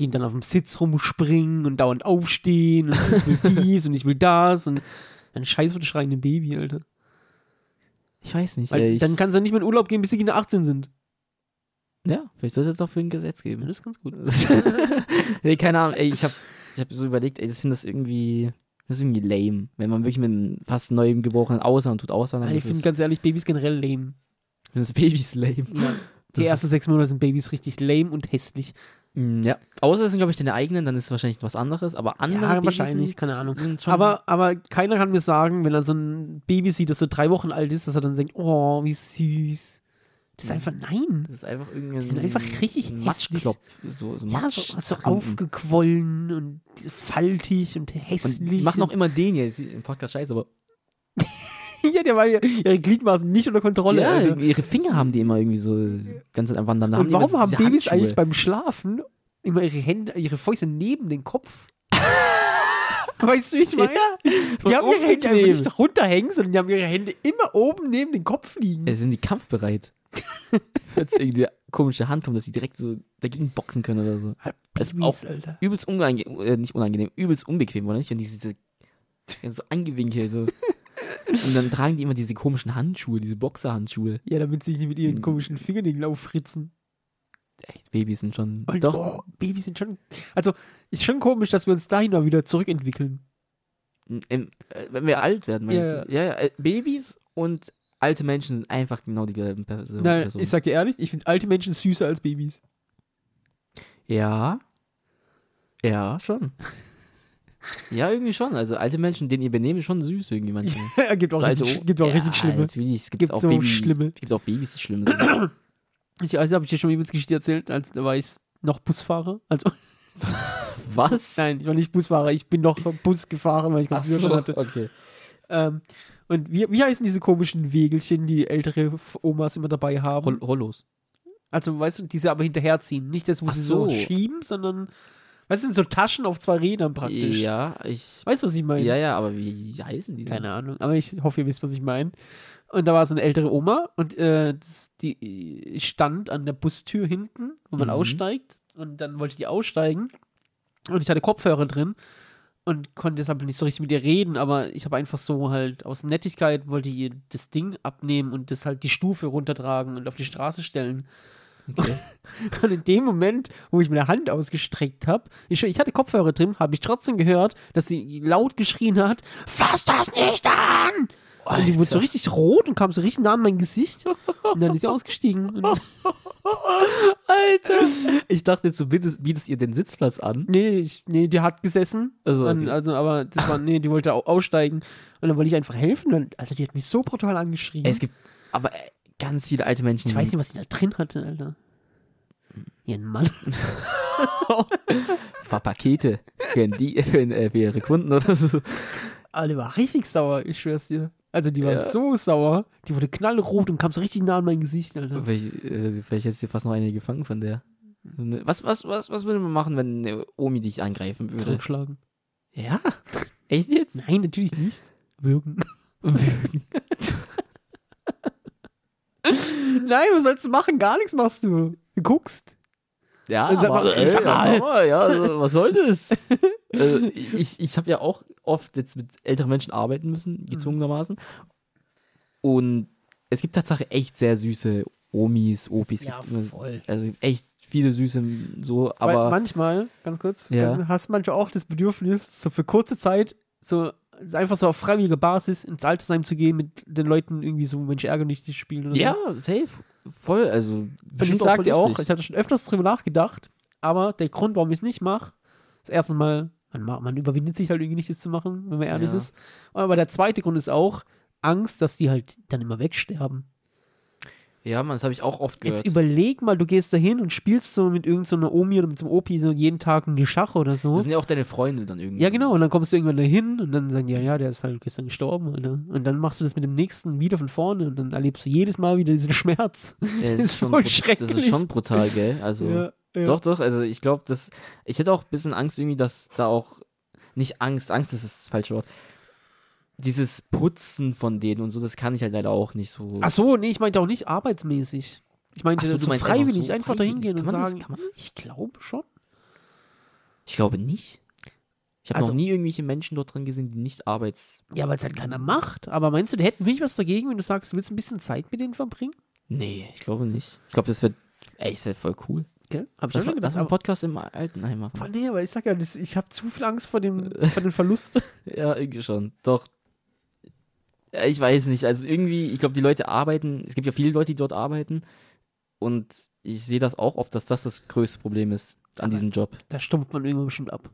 Die dann auf dem Sitz rumspringen und dauernd aufstehen und ich will dies und ich will das und ein scheiß für das schreiende Baby, Alter. ich weiß nicht. Weil äh, ich, dann kannst du nicht mehr in Urlaub gehen, bis die Kinder 18 sind. ja, vielleicht sollte es auch für ein Gesetz Ja, geben. das ist ganz gut. nee, keine Ahnung. Ey, ich habe ich hab so überlegt, ey, ich finde das irgendwie das ist irgendwie lame, wenn man wirklich mit einem fast neuem geborenen Ausland tut auswandern. ich Das finde ist, ganz ehrlich, Babys generell lame. das Baby ist lame. Die Das ersten sechs Monate sind Babys richtig lame und hässlich. Mm, Ja, außer es sind, glaube ich, deine eigenen, dann ist es wahrscheinlich was anderes, aber andere Ja, Babys wahrscheinlich, sind, keine Ahnung. Sind schon, Aber, aber keiner kann mir sagen, wenn er so ein Baby sieht, das so drei Wochen alt ist, dass er dann denkt, oh, wie süß. Das ist einfach nein. das ist einfach irgendwie sind ein- einfach richtig ein hässlich. Matschklopf, so, so Ja, so, Matsch so aufgequollen und faltig und Und hässlich. die machen auch immer den hier, ist im Podcast scheiße, aber ja, der war ja ihre Gliedmaßen nicht unter Kontrolle. ja, Alter. ihre Finger haben die immer irgendwie so die ganze Zeit am Wandern. Da Und die immer warum so haben diese Babys Handschuhe. eigentlich beim Schlafen immer ihre Hände, ihre Fäuste neben den Kopf? weißt du, wie ich meine? die voll haben ihre Hände einfach unbequem. nicht runterhängen, sondern die haben ihre Hände immer oben neben den Kopf liegen. Ja, Äh, sind die kampfbereit? Wenn es irgendwie eine komische Hand kommt, dass die direkt so dagegen boxen können oder so. das ist auch- Halt Alter. Übelst unangenehm, äh, nicht unangenehm, übelst unbequem, oder nicht? Und die sind so, so angewinkelt. So. Und dann tragen die immer diese komischen Handschuhe, diese Boxerhandschuhe. Ja, damit sie sich nicht mit ihren Mhm. komischen Fingernägeln auffritzen. Ey, Babys sind schon. Und, doch, Oh, Babys sind schon. Also, ist schon komisch, dass wir uns dahin mal wieder zurückentwickeln. ähm, äh, wenn wir alt werden, meinst Ja, du? Ja, ja, äh, Babys und alte Menschen sind einfach genau die gleichen Perso- Personen. Nein, ich sag dir ehrlich, ich finde alte Menschen süßer als Babys. Ja. Ja, schon. ja, irgendwie schon. Also alte Menschen, denen ihr Benehmen ist schon süß irgendwie manchmal. gibt auch, So, also, richtig, gibt auch ja, richtig schlimme. Natürlich, es gibt, Gibt auch so Baby, schlimme. Es gibt auch Babys, die schlimm sind. Ich weiß, habe ich dir schon übelst Geschichte erzählt, als da war ich noch Busfahrer. Also, Was? nein, ich war nicht Busfahrer, ich bin noch Bus gefahren, weil ich keinen Ach Führerschein so, hatte. okay. Ähm, und wie, wie heißen diese komischen Wägelchen, die ältere F- Omas immer dabei haben? Roll Rollos. Also, weißt du, diese aber hinterherziehen. Nicht das, wo Ach sie so. so schieben, sondern, weißt du, sind so Taschen auf zwei Rädern praktisch. Ja, ich. Weißt du, was ich meine? Ja, ja, aber wie heißen die denn? Keine Ahnung, aber ich hoffe, ihr wisst, was ich meine. Und da war so eine ältere Oma und äh, das, die äh, stand an der Bustür hinten, wo man Mhm. aussteigt. Und dann wollte die aussteigen. Und ich hatte Kopfhörer drin und konnte deshalb nicht so richtig mit ihr reden, aber ich habe einfach so halt aus Nettigkeit wollte ich ihr das Ding abnehmen und das halt die Stufe runtertragen und auf die Straße stellen. Okay. Und in dem Moment, wo ich meine Hand ausgestreckt habe, ich, ich hatte Kopfhörer drin, habe ich trotzdem gehört, dass sie laut geschrien hat: Fass das nicht an! Und die wurde so Alter. richtig rot und kam so richtig nah an mein Gesicht. Und dann ist sie ausgestiegen. Und, Alter! Ich dachte jetzt, du bietest, bietest ihr den Sitzplatz an. nee, ich, nee, die hat gesessen. Also, Und, okay. also, aber das war, nee, die wollte au- aussteigen. Und dann wollte ich einfach helfen. Dann, Alter, die hat mich so brutal angeschrien. Ey, Es gibt aber äh, ganz viele alte Menschen. ich weiß nicht, was die da drin hatte, Alter. Ihren Mann. Paar Pakete für, die, für, äh, für ihre Kunden oder so. Aber die war richtig sauer, ich schwör's dir. Also die war Ja. so sauer, die wurde knallrot und kam so richtig nah an mein Gesicht, Alter. Vielleicht, äh, vielleicht hättest du fast noch eine gefangen von der. Was, was, was, was würde man machen, wenn eine Omi dich angreifen würde? Zurückschlagen. Ja? Echt jetzt? Nein, natürlich nicht. Würgen. Nein, was sollst du machen? Gar nichts machst du. Du guckst. Ja, Dann sag aber, mal, ey, sag mal. sag mal, ja, so, was soll das? also, ich ich habe ja auch oft jetzt mit älteren Menschen arbeiten Mhm. müssen, gezwungenermaßen. Und es gibt tatsächlich echt sehr süße Omis, Opis. Ja, gibt- voll. Also echt viele süße so, Weil aber manchmal, ganz kurz, Ja. hast du manchmal auch das Bedürfnis, so für kurze Zeit, so einfach so auf freiwillige Basis ins Altersheim zu gehen, mit den Leuten irgendwie so Mensch ärgere dich zu spielen. Oder ja, so. safe. Voll, also Und ich bestimmt sag voll dir auch, lustig. ich hatte schon öfters drüber nachgedacht, aber der Grund, warum ich es nicht mache, ist erstens mal, man, ma- man überwindet sich halt irgendwie nicht, das zu machen, wenn man ehrlich Ja. ist. Aber der zweite Grund ist auch Angst, dass die halt dann immer wegsterben. Ja, man, das habe ich auch oft gehört. Jetzt überleg mal, du gehst da hin und spielst so mit irgendeiner so einer Omi oder mit so einem Opi so jeden Tag eine Schach oder so. das sind ja auch deine Freunde dann irgendwie. Ja, genau. Und dann kommst du irgendwann dahin und dann sagen die, ja, ja, der ist halt gestern gestorben. Alter. Und dann machst du das mit dem nächsten wieder von vorne und dann erlebst du jedes Mal wieder diesen Schmerz. Das ist voll brut- Das ist schrecklich. schon brutal, gell? Also, ja. doch, doch. Also, ich glaube, dass. Ich hätte auch ein bisschen Angst irgendwie, dass da auch. Nicht Angst, Angst ist das falsche Wort. Dieses Putzen von denen und so, das kann ich halt leider auch nicht so. Ach so, nee, ich meinte auch nicht arbeitsmäßig. Ich meinte Ach so, so, du meinst einfach freiwillig, so einfach, dahin freiwillig. gehen und Kann man das- sagen, kann man ich glaube schon. Ich glaube nicht. Ich habe Also- noch nie irgendwelche Menschen dort drin gesehen, die nicht arbeits. Ja, weil es halt keiner macht. Aber meinst du, die hätten wirklich was dagegen, wenn du sagst, du willst ein bisschen Zeit mit denen verbringen? Nee, ich glaube nicht. Ich glaube, das wird. Ey, das wäre voll cool. Gell? Hab ich Das schon war, das gedacht. war ein Aber, Podcast im Altenheim boah, machen. nee, aber ich sag ja, das, ich habe zu viel Angst vor dem, vor dem Verlust. Ja, irgendwie schon. Doch. Ja, Ich weiß nicht. Also irgendwie, ich glaube, die Leute arbeiten. Es gibt ja viele Leute, die dort arbeiten. Und ich sehe das auch oft, dass das das größte Problem ist an Aber- diesem Job. Da stumpft man irgendwann bestimmt ab.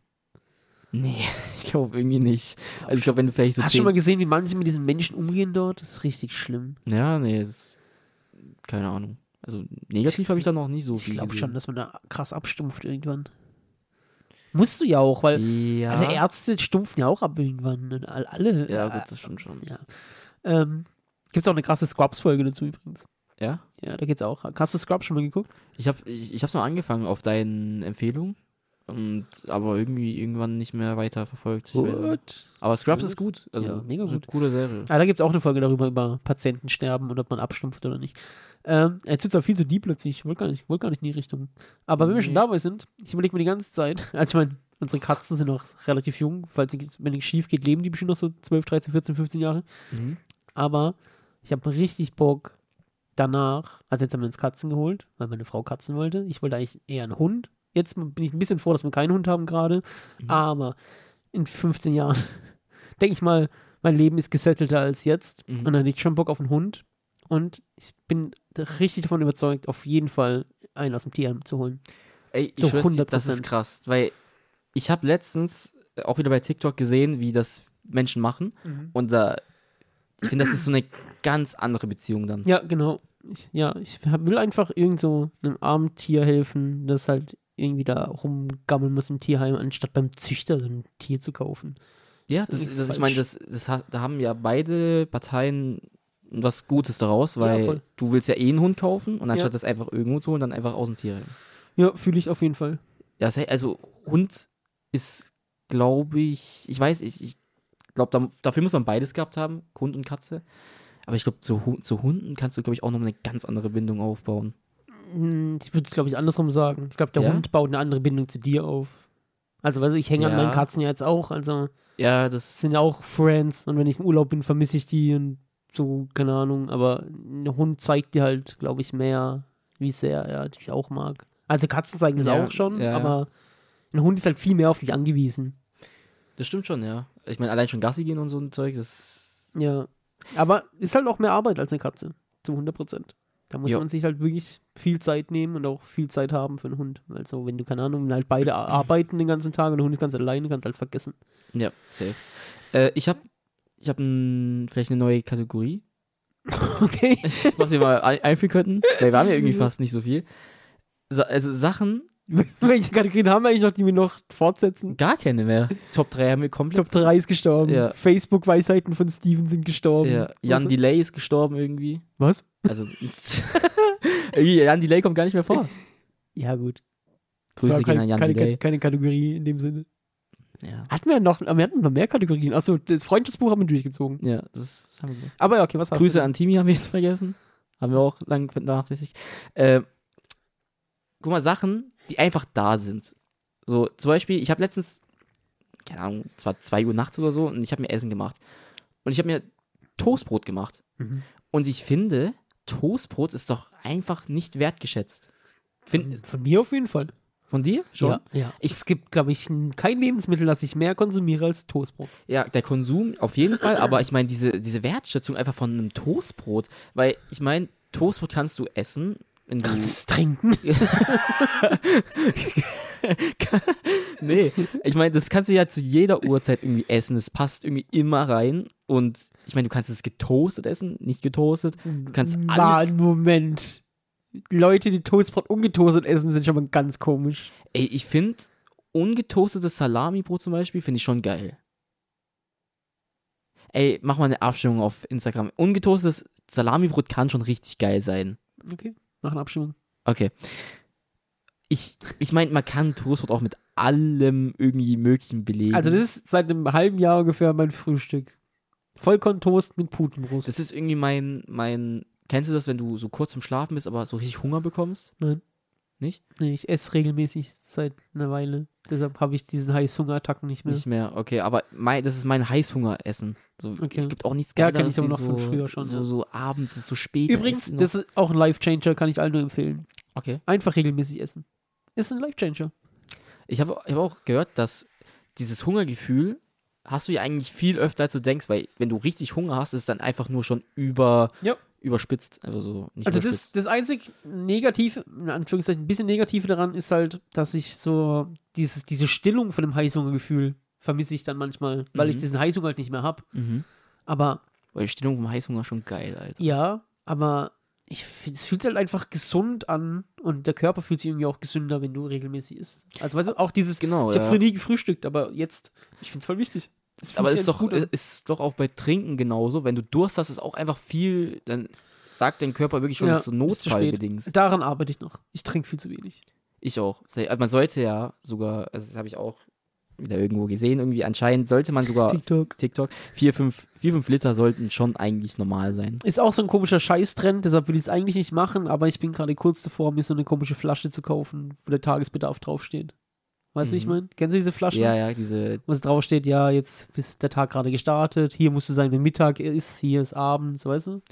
Nee, ich glaube irgendwie nicht. Also ich glaube, wenn du vielleicht so Hast du schon mal gesehen, wie manche mit diesen Menschen umgehen dort? Das ist richtig schlimm. Ja, nee, das ist, keine Ahnung. Also negativ habe ich da noch nie so Ich viel glaube schon, gesehen. dass man da krass abstumpft irgendwann. Musst du ja auch, weil Ja. also Ärzte stumpfen ja auch ab irgendwann. Und all- alle. ja, gut, das stimmt schon. Ja. Ähm, Gibt es auch eine krasse Scrubs-Folge dazu übrigens. Ja. Ja, da geht's auch. Hast du Scrubs schon mal geguckt? Ich habe ich, ich hab's mal angefangen auf deinen Empfehlungen und aber irgendwie irgendwann nicht mehr weiter verfolgt. Ich weiß- Aber Scrubs Gut. ist gut, also Ja, mega ist eine gut. coole Serie. Ah, da gibt es auch eine Folge darüber, über Patienten sterben und ob man abstumpft oder nicht. Ähm, jetzt wird's auch viel zu deep plötzlich. Ich wollte gar, nicht- wollte gar nicht in die Richtung. Aber wenn wir schon Nee. dabei sind, ich überlege mir die ganze Zeit, also ich meine, unsere Katzen sind noch relativ jung. Falls ich- wenn nichts schief geht, leben die bestimmt noch so 12, 13, 14, 15 Jahre. Aber ich habe richtig Bock danach, also jetzt haben wir uns Katzen geholt, weil meine Frau Katzen wollte. Ich wollte eigentlich eher einen Hund. Jetzt bin ich ein bisschen froh, dass wir keinen Hund haben gerade. Mhm. Aber in 15 Jahren denke ich mal, mein Leben ist gesettelter als jetzt. Mhm. Und dann hätte ich schon Bock auf einen Hund. Und ich bin richtig davon überzeugt, auf jeden Fall einen aus dem Tierheim zu holen. Ey, ich So schwör's dir, das 100%. ist krass, weil ich habe letztens äh, auch wieder bei TikTok gesehen, wie das Menschen machen und da ich finde, das ist so eine ganz andere Beziehung dann. Ja, genau. Ich, ja, ich hab- will einfach irgend so einem armen Tier helfen, das halt irgendwie da rumgammeln muss im Tierheim, anstatt beim Züchter so ein Tier zu kaufen. Ja, Das das, ist das, irgendwie ich meine, falsch. das, das, ha- da haben ja beide Parteien was Gutes daraus, weil voll. du willst ja eh einen Hund kaufen und anstatt Ja. das einfach irgendwo zu holen, dann einfach aus dem Tier. Ja, fühle ich auf jeden Fall. Ja, se- also Hund ist, glaube ich, ich weiß, ich, ich glaube, da, dafür muss man beides gehabt haben, Hund und Katze. Aber ich glaube, zu, Hu- zu Hunden kannst du, glaube ich, auch noch eine ganz andere Bindung aufbauen. Hm, Ich würde es, glaube ich, andersrum sagen. Ich glaube, der Ja? Hund baut eine andere Bindung zu dir auf. Also, weißt du, ich hänge an Ja. meinen Katzen ja jetzt auch. Also, Ja, es das. sind ja auch Friends und wenn ich im Urlaub bin, vermisse ich die und so, keine Ahnung. Aber ein Hund zeigt dir halt, glaube ich, mehr, wie sehr er dich auch mag. Also, Katzen zeigen das Ja, auch schon, ja, ja. aber ein Hund ist halt viel mehr auf dich angewiesen. Das stimmt schon, ja. Ich meine, allein schon Gassi gehen und so ein Zeug, das. Ja. Aber ist halt auch mehr Arbeit als eine Katze. Zu 100 Prozent. Da muss Ja. man sich halt wirklich viel Zeit nehmen und auch viel Zeit haben für einen Hund. Also, wenn du, keine Ahnung, wenn halt beide a- arbeiten den ganzen Tag und der Hund ist ganz alleine, kannst du halt vergessen. Ja, safe. Äh, ich habe ich hab n- vielleicht eine neue Kategorie. Okay. was wir mal ein einführen könnten. Weil wir haben ja irgendwie fast nicht so viel. Sa also Sachen, Welche Kategorien haben wir eigentlich noch, die wir noch fortsetzen? gar keine mehr. Top 3 haben wir komplett. Top 3 ist gestorben. Ja. Facebook-Weisheiten von Steven sind gestorben. ja. Jan was? Delay ist gestorben irgendwie. was? Also irgendwie Jan Delay kommt gar nicht mehr vor. Ja, gut. Das Grüße war gehen keine, an Jan keine, Delay. keine Kategorie in dem Sinne. Ja. Hatten wir noch, wir hatten noch mehr Kategorien. Achso, das Freundesbuch haben wir durchgezogen. ja, das das haben wir. so. Aber ja, okay, was hast Grüße du? an Timi haben wir jetzt vergessen. Haben wir auch lang vernachlässigt. Ähm, guck mal, Sachen, die einfach da sind. So, zum Beispiel, ich habe letztens, keine Ahnung, es war 2 Uhr nachts oder so, und ich habe mir Essen gemacht. Und ich habe mir Toastbrot gemacht. Mhm. Und ich finde, Toastbrot ist doch einfach nicht wertgeschätzt. Find, Von mir auf jeden Fall. von dir schon? Mhm. Ja, ja. Ich- es gibt, glaube ich, n- kein Lebensmittel, das ich mehr konsumiere als Toastbrot. Ja, der Konsum auf jeden Fall, aber ich meine, diese, diese Wertschätzung einfach von einem Toastbrot, weil ich meine, Toastbrot kannst du essen, in die, Kannst du es trinken? nee, ich meine, das kannst du ja zu jeder Uhrzeit irgendwie essen. Das passt irgendwie immer rein. Und ich meine, du kannst es getoastet essen, nicht getoastet. Du kannst Mal alles. einen Moment. Leute, die Toastbrot ungetoastet essen, sind schon mal ganz komisch. Ey, ich finde ungetoastetes Salami-Brot zum Beispiel, finde ich schon geil. Ey, mach mal eine Abstimmung auf Instagram. Ungetoastetes Salami-Brot kann schon richtig geil sein. Okay, nach einer Abstimmung. Okay. Ich, ich meine, man kann Toastbrot auch mit allem irgendwie möglichen belegen. Also, das ist seit einem halben Jahr ungefähr mein Frühstück. Vollkorntoast mit Putenbrust. Das ist irgendwie mein, mein. Kennst du das, wenn du so kurz zum Schlafen bist, aber so richtig Hunger bekommst? Nein. Nicht? Nee, ich esse regelmäßig seit einer Weile. Deshalb habe ich diesen Heißhungerattacken nicht mehr. Nicht mehr, okay, aber mein, das ist mein Heißhungeressen. So, Okay. Es gibt auch nichts Ja, Geileres. kenn ich aber wie noch von so, früher schon, So, ja. so abends, es ist so spät. da Übrigens, isst du noch- das ist auch ein Life-Changer, kann ich allen nur empfehlen. Okay. Einfach regelmäßig essen. Ist ein Life-Changer. Ich habe ich hab auch gehört, dass dieses Hungergefühl hast du ja eigentlich viel öfter, als du denkst, weil wenn du richtig Hunger hast, ist es dann einfach nur schon über, Ja. überspitzt. Also, so, nicht Also das, überspitzt. das einzig Negative, in Anführungszeichen, ein bisschen Negative daran ist halt, dass ich so dieses, diese Stillung von dem Heißhungergefühl vermisse ich dann manchmal, weil ich Mhm. diesen Heißhunger halt nicht mehr habe. Mhm. Aber Weil die Stellung vom Heißhunger schon geil, Alter. ja, aber ich, find- es fühlt sich halt einfach gesund an und der Körper fühlt sich irgendwie auch gesünder, wenn du regelmäßig isst. Also weißt du, auch dieses, Genau, ich habe ja. früher nie gefrühstückt, aber jetzt, ich finde es voll wichtig. Es fühlt Aber sich ist einfach doch, äh, gut an. ist doch auch bei Trinken genauso. Wenn du Durst hast, ist auch einfach viel, dann sagt dein Körper wirklich schon, Ja, dass du ist zu spät. Notfallbedingst. Daran arbeite ich noch. Ich trinke viel zu wenig. Ich auch. Sei- Also man sollte ja sogar, also das habe ich auch wieder irgendwo gesehen, irgendwie anscheinend sollte man sogar TikTok. TikTok, 4, 5, 4, 5 Liter sollten schon eigentlich normal sein. Ist auch so ein komischer Scheißtrend, deshalb will ich es eigentlich nicht machen, aber ich bin gerade kurz davor, mir so eine komische Flasche zu kaufen, wo der Tagesbedarf draufsteht. Weißt du, wie ich Mhm. meine? Kennst du diese Flaschen? Ja, ja, diese, Wo es draufsteht, ja, jetzt ist der Tag gerade gestartet, hier musst du sein, wenn Mittag ist, hier ist abends, weißt du?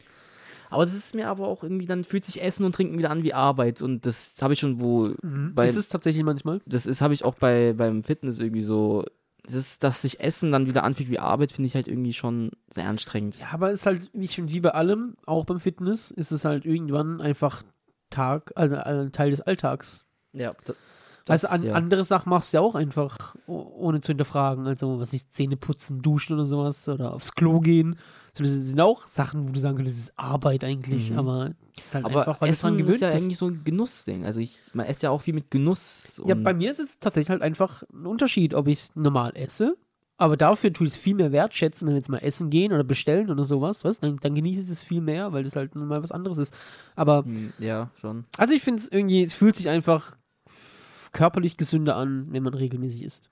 aber es ist mir aber auch irgendwie, dann fühlt sich Essen und Trinken wieder an wie Arbeit und das habe ich schon wohl Bei- Das ist tatsächlich manchmal. das ist, habe ich auch bei, beim Fitness irgendwie so. Das ist, dass sich Essen dann wieder anfühlt wie Arbeit, finde ich halt irgendwie schon sehr anstrengend. Ja, aber es ist halt, wie ich finde, wie bei allem, auch beim Fitness, ist es halt irgendwann einfach Tag, also ein Teil des Alltags. Ja. Das, Also an, ja. andere Sachen machst du ja auch einfach, o- ohne zu hinterfragen. Also, was nicht Zähne putzen, duschen oder sowas oder aufs Klo gehen. So, das sind auch Sachen, wo du sagen könntest, das ist Arbeit eigentlich, Mhm. aber das ist halt aber einfach, weil du dran Essen gewöhnt ist ja bist. eigentlich so ein Genussding. Also ich, man isst ja auch viel mit Genuss. ja, und- bei mir ist es tatsächlich halt einfach ein Unterschied, ob ich normal esse, aber dafür tue ich es viel mehr wertschätzen, wenn wir jetzt mal essen gehen oder bestellen oder sowas, weißt, du, dann, dann genieße ich es viel mehr, weil das halt nun mal was anderes ist. Aber Hm, ja, schon. also ich finde es irgendwie, es fühlt sich einfach f- körperlich gesünder an, wenn man regelmäßig isst.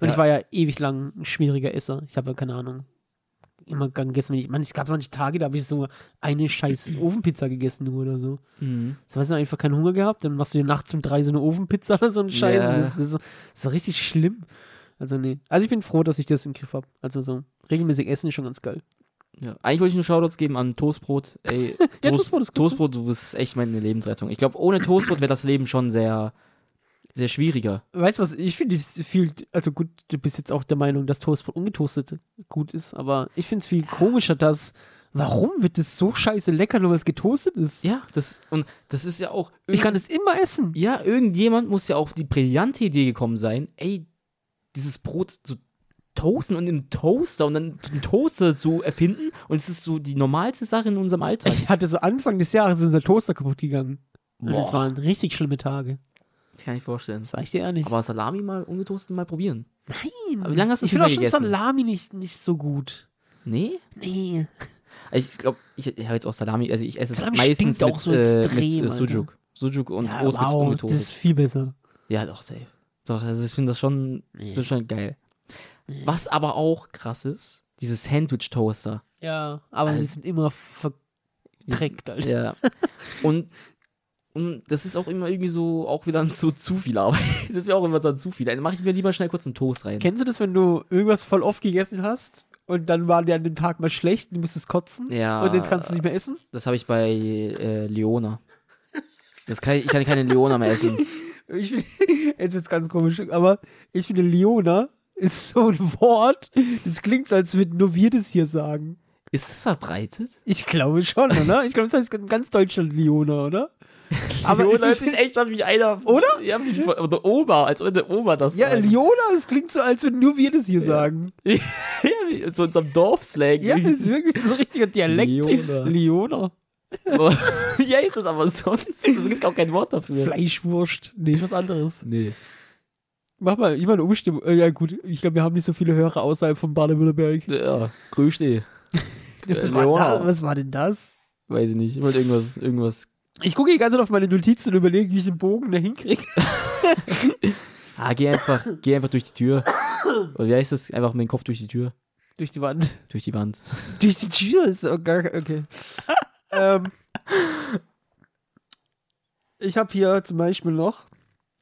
Und Ja. ich war ja ewig lang ein schwieriger Esser. Ich habe ja keine Ahnung. Immer gern gegessen, wenn ich, man, es gab manche Tage, da habe ich so eine scheiß Ofenpizza gegessen nur oder so. So hast du einfach keinen Hunger gehabt, dann machst du dir nachts um drei so eine Ofenpizza oder so einen Scheiß. Ja. Und das, das, ist so, das ist richtig schlimm. Also nee. Also ich bin froh, dass ich das im Griff habe. Also so regelmäßig essen ist schon ganz geil. Ja. Eigentlich wollte ich nur Shoutouts geben an Toastbrot. Ey, Ja, Toast, Toastbrot ist gut. Toastbrot, du bist echt meine Lebensrettung. Ich glaube, ohne Toastbrot wäre das Leben schon sehr, sehr schwieriger. Weißt du was, ich finde es viel, also gut, du bist jetzt auch der Meinung, dass Toastbrot ungetoastet gut ist, aber ich finde es viel komischer, dass, warum wird es so scheiße lecker, nur weil es getoastet ist? Ja, das, und das ist ja auch. Ich kann es immer essen. Ja, irgendjemand muss ja auf die brillante Idee gekommen sein, ey, dieses Brot zu toasten und im Toaster und dann einen Toaster zu erfinden und es ist so die normalste Sache in unserem Alltag. Ich hatte so Anfang des Jahres ist unser Toaster kaputt gegangen. Und es Boah. waren richtig schlimme Tage. Das kann ich vorstellen. Sag ich dir ehrlich. Aber Salami mal ungetoastet mal probieren. Nein. Aber wie lange hast du ich es finde auch nicht schon mehr gegessen? Salami nicht, nicht so gut. Nee? Nee. Ich glaube, ich, ich habe jetzt auch Salami, also ich esse es Salami meistens stinkt auch mit, so äh, extrem, mit äh, Alter. Sujuk. Sujuk und ja, Ost gibt's wow, das ist ungetoastet. viel besser. Ja, doch, safe. Doch, also ich finde das schon, Nee. das find schon geil. Was aber auch krass ist, dieses Sandwich-Toaster. Ja, aber Also- die sind immer verdreckt, Alter. Ja. Und, und das ist auch immer irgendwie so, auch wieder so zu viel Arbeit. Das wäre auch immer dann zu viel. Dann mache ich mir lieber schnell kurz einen Toast rein. Kennst du das, wenn du irgendwas voll oft gegessen hast und dann war dir an dem Tag mal schlecht und du musstest kotzen Ja. und jetzt kannst du es nicht mehr essen? Das habe ich bei äh, Leona. Das kann ich, ich kann keine Leona mehr essen. Ich finde, jetzt wird's ganz komisch, aber ich finde, Leona ist so ein Wort, das klingt so, als würden nur wir das hier sagen. Ist das verbreitet? Ich glaube schon, oder? Ich glaube, das heißt in ganz Deutschland Leona, oder? Aber Leona Leona hört hört sich sich echt an wie einer. Oder? Ja, wie von, oder Oma, als wenn der Oma das Ja, sagt. Leona, es klingt so, als würden nur wir das hier sagen. ja, wie- so in unserem Dorfslang. Ja, das ist wirklich so ein richtiger Dialekt. Leona. Leona. Aber- ja, ist das aber sonst. Es gibt auch kein Wort dafür. Fleischwurst. Nee, ist was anderes. Nee. Mach mal, ich mal eine Umstimmung. Äh, Ja, gut, ich glaube, wir haben nicht so viele Hörer außerhalb von Baden-Württemberg. Ja, Grüße. Was, war Äh, Leona. da- was war denn das? Weiß ich nicht. Ich wollte irgendwas, irgendwas. Ich gucke die ganze Zeit auf meine Notizen und überlege, wie ich den Bogen da hinkriege. Ah, geh einfach, geh einfach durch die Tür. Oder wie heißt das? Einfach mit dem Kopf durch die Tür. Durch die Wand. Durch die Wand. Durch die Tür ist auch gar okay. ähm, ich habe hier zum Beispiel noch.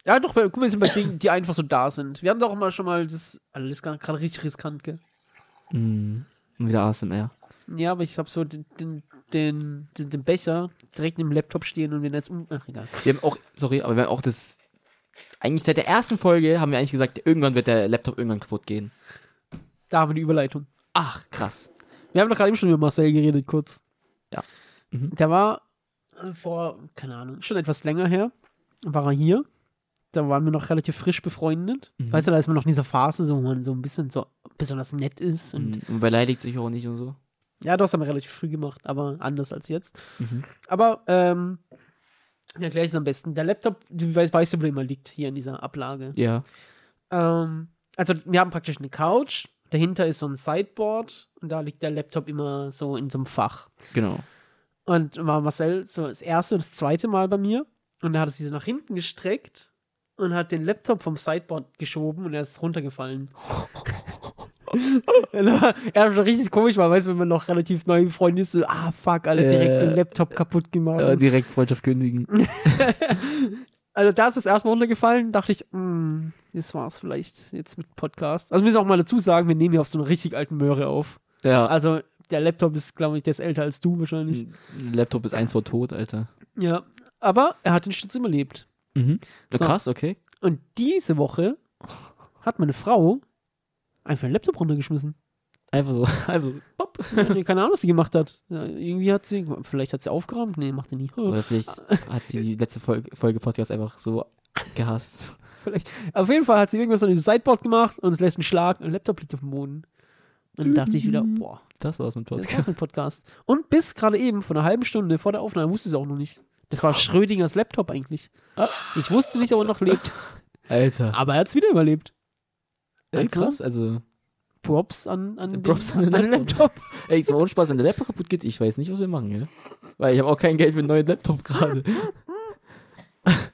Ja, doch, bei- guck mal, wir sind bei Dingen, die einfach so da sind. Wir haben doch auch mal schon mal das. Alter, das ist gerade richtig riskant, gell? Mm. Und wieder ASMR. Ja, aber ich habe so den, den, den, den, den Becher direkt neben dem Laptop stehen und wir jetzt um. Ach, egal. Wir haben auch, sorry, aber wir haben auch das. Eigentlich seit der ersten Folge haben wir eigentlich gesagt, irgendwann wird der Laptop irgendwann kaputt gehen. Da haben wir die Überleitung. Ach, krass. Wir haben doch gerade eben schon über Marcel geredet, kurz. Ja. Mhm. Der war äh, vor, keine Ahnung, schon etwas länger her, war er hier. Da waren wir noch relativ frisch befreundet. Mhm. Weißt du, da ist man noch in dieser Phase, so, wo man so ein bisschen so besonders nett ist. Und Und, und beleidigt sich auch nicht und so. ja, das haben wir relativ früh gemacht, aber anders als jetzt. Mhm. Aber, ähm, ja, gleich ist am besten. Der Laptop, du weißt, weißt du, wo der immer liegt, hier in dieser Ablage. Ja. Ähm, also wir haben praktisch eine Couch, dahinter ist so ein Sideboard und da liegt der Laptop immer so in so einem Fach. Genau. Und war Marcel so das erste und das zweite Mal bei mir und da hat es diese nach hinten gestreckt und hat den Laptop vom Sideboard geschoben und er ist runtergefallen. Und er war- er war schon richtig komisch, weil weißt du, wenn man noch relativ neu befreundet ist, so, ah fuck, alle direkt so einen Äh, Laptop kaputt gemacht. Äh, direkt Freundschaft kündigen. Also da ist es erstmal runtergefallen, dachte ich, hm, das war's vielleicht jetzt mit Podcast. Also wir müssen auch mal dazu sagen, wir nehmen hier auf so einer richtig alten Möhre auf. Ja. Also der Laptop ist, glaube ich, der ist älter als du wahrscheinlich. Ein Laptop ist eins vor tot, Alter. Ja. Aber er hat den Sturz überlebt. Mhm. So. Krass, okay. Und diese Woche hat meine Frau einfach den Laptop runtergeschmissen. Einfach so. also, Einfach so. Bopp. Nee, Keine Ahnung, was sie gemacht hat. Ja, irgendwie hat sie, vielleicht hat sie aufgeräumt. Nee, macht sie nie. Oder vielleicht hat sie die letzte Folge, Folge Podcast einfach so gehasst. Vielleicht. Auf jeden Fall hat sie irgendwas an dem Sideboard gemacht und es lässt einen Schlag und der Laptop liegt auf dem Boden. Und dann dachte ich wieder, boah. Das war's mit Das Podcast. war's mit Podcast. Und bis gerade eben, vor einer halben Stunde vor der Aufnahme, wusste ich es auch noch nicht. Das war Schrödingers Laptop eigentlich. Ich wusste nicht, ob er noch lebt. Alter. Aber er hat es wieder überlebt. Ey, Also, krass, also. Props an, an, Props den, an den Laptop. Ey, ist mal ohne Spaß, wenn der Laptop kaputt geht, ich weiß nicht, was wir machen, gell? Weil ich habe auch kein Geld für einen neuen Laptop gerade.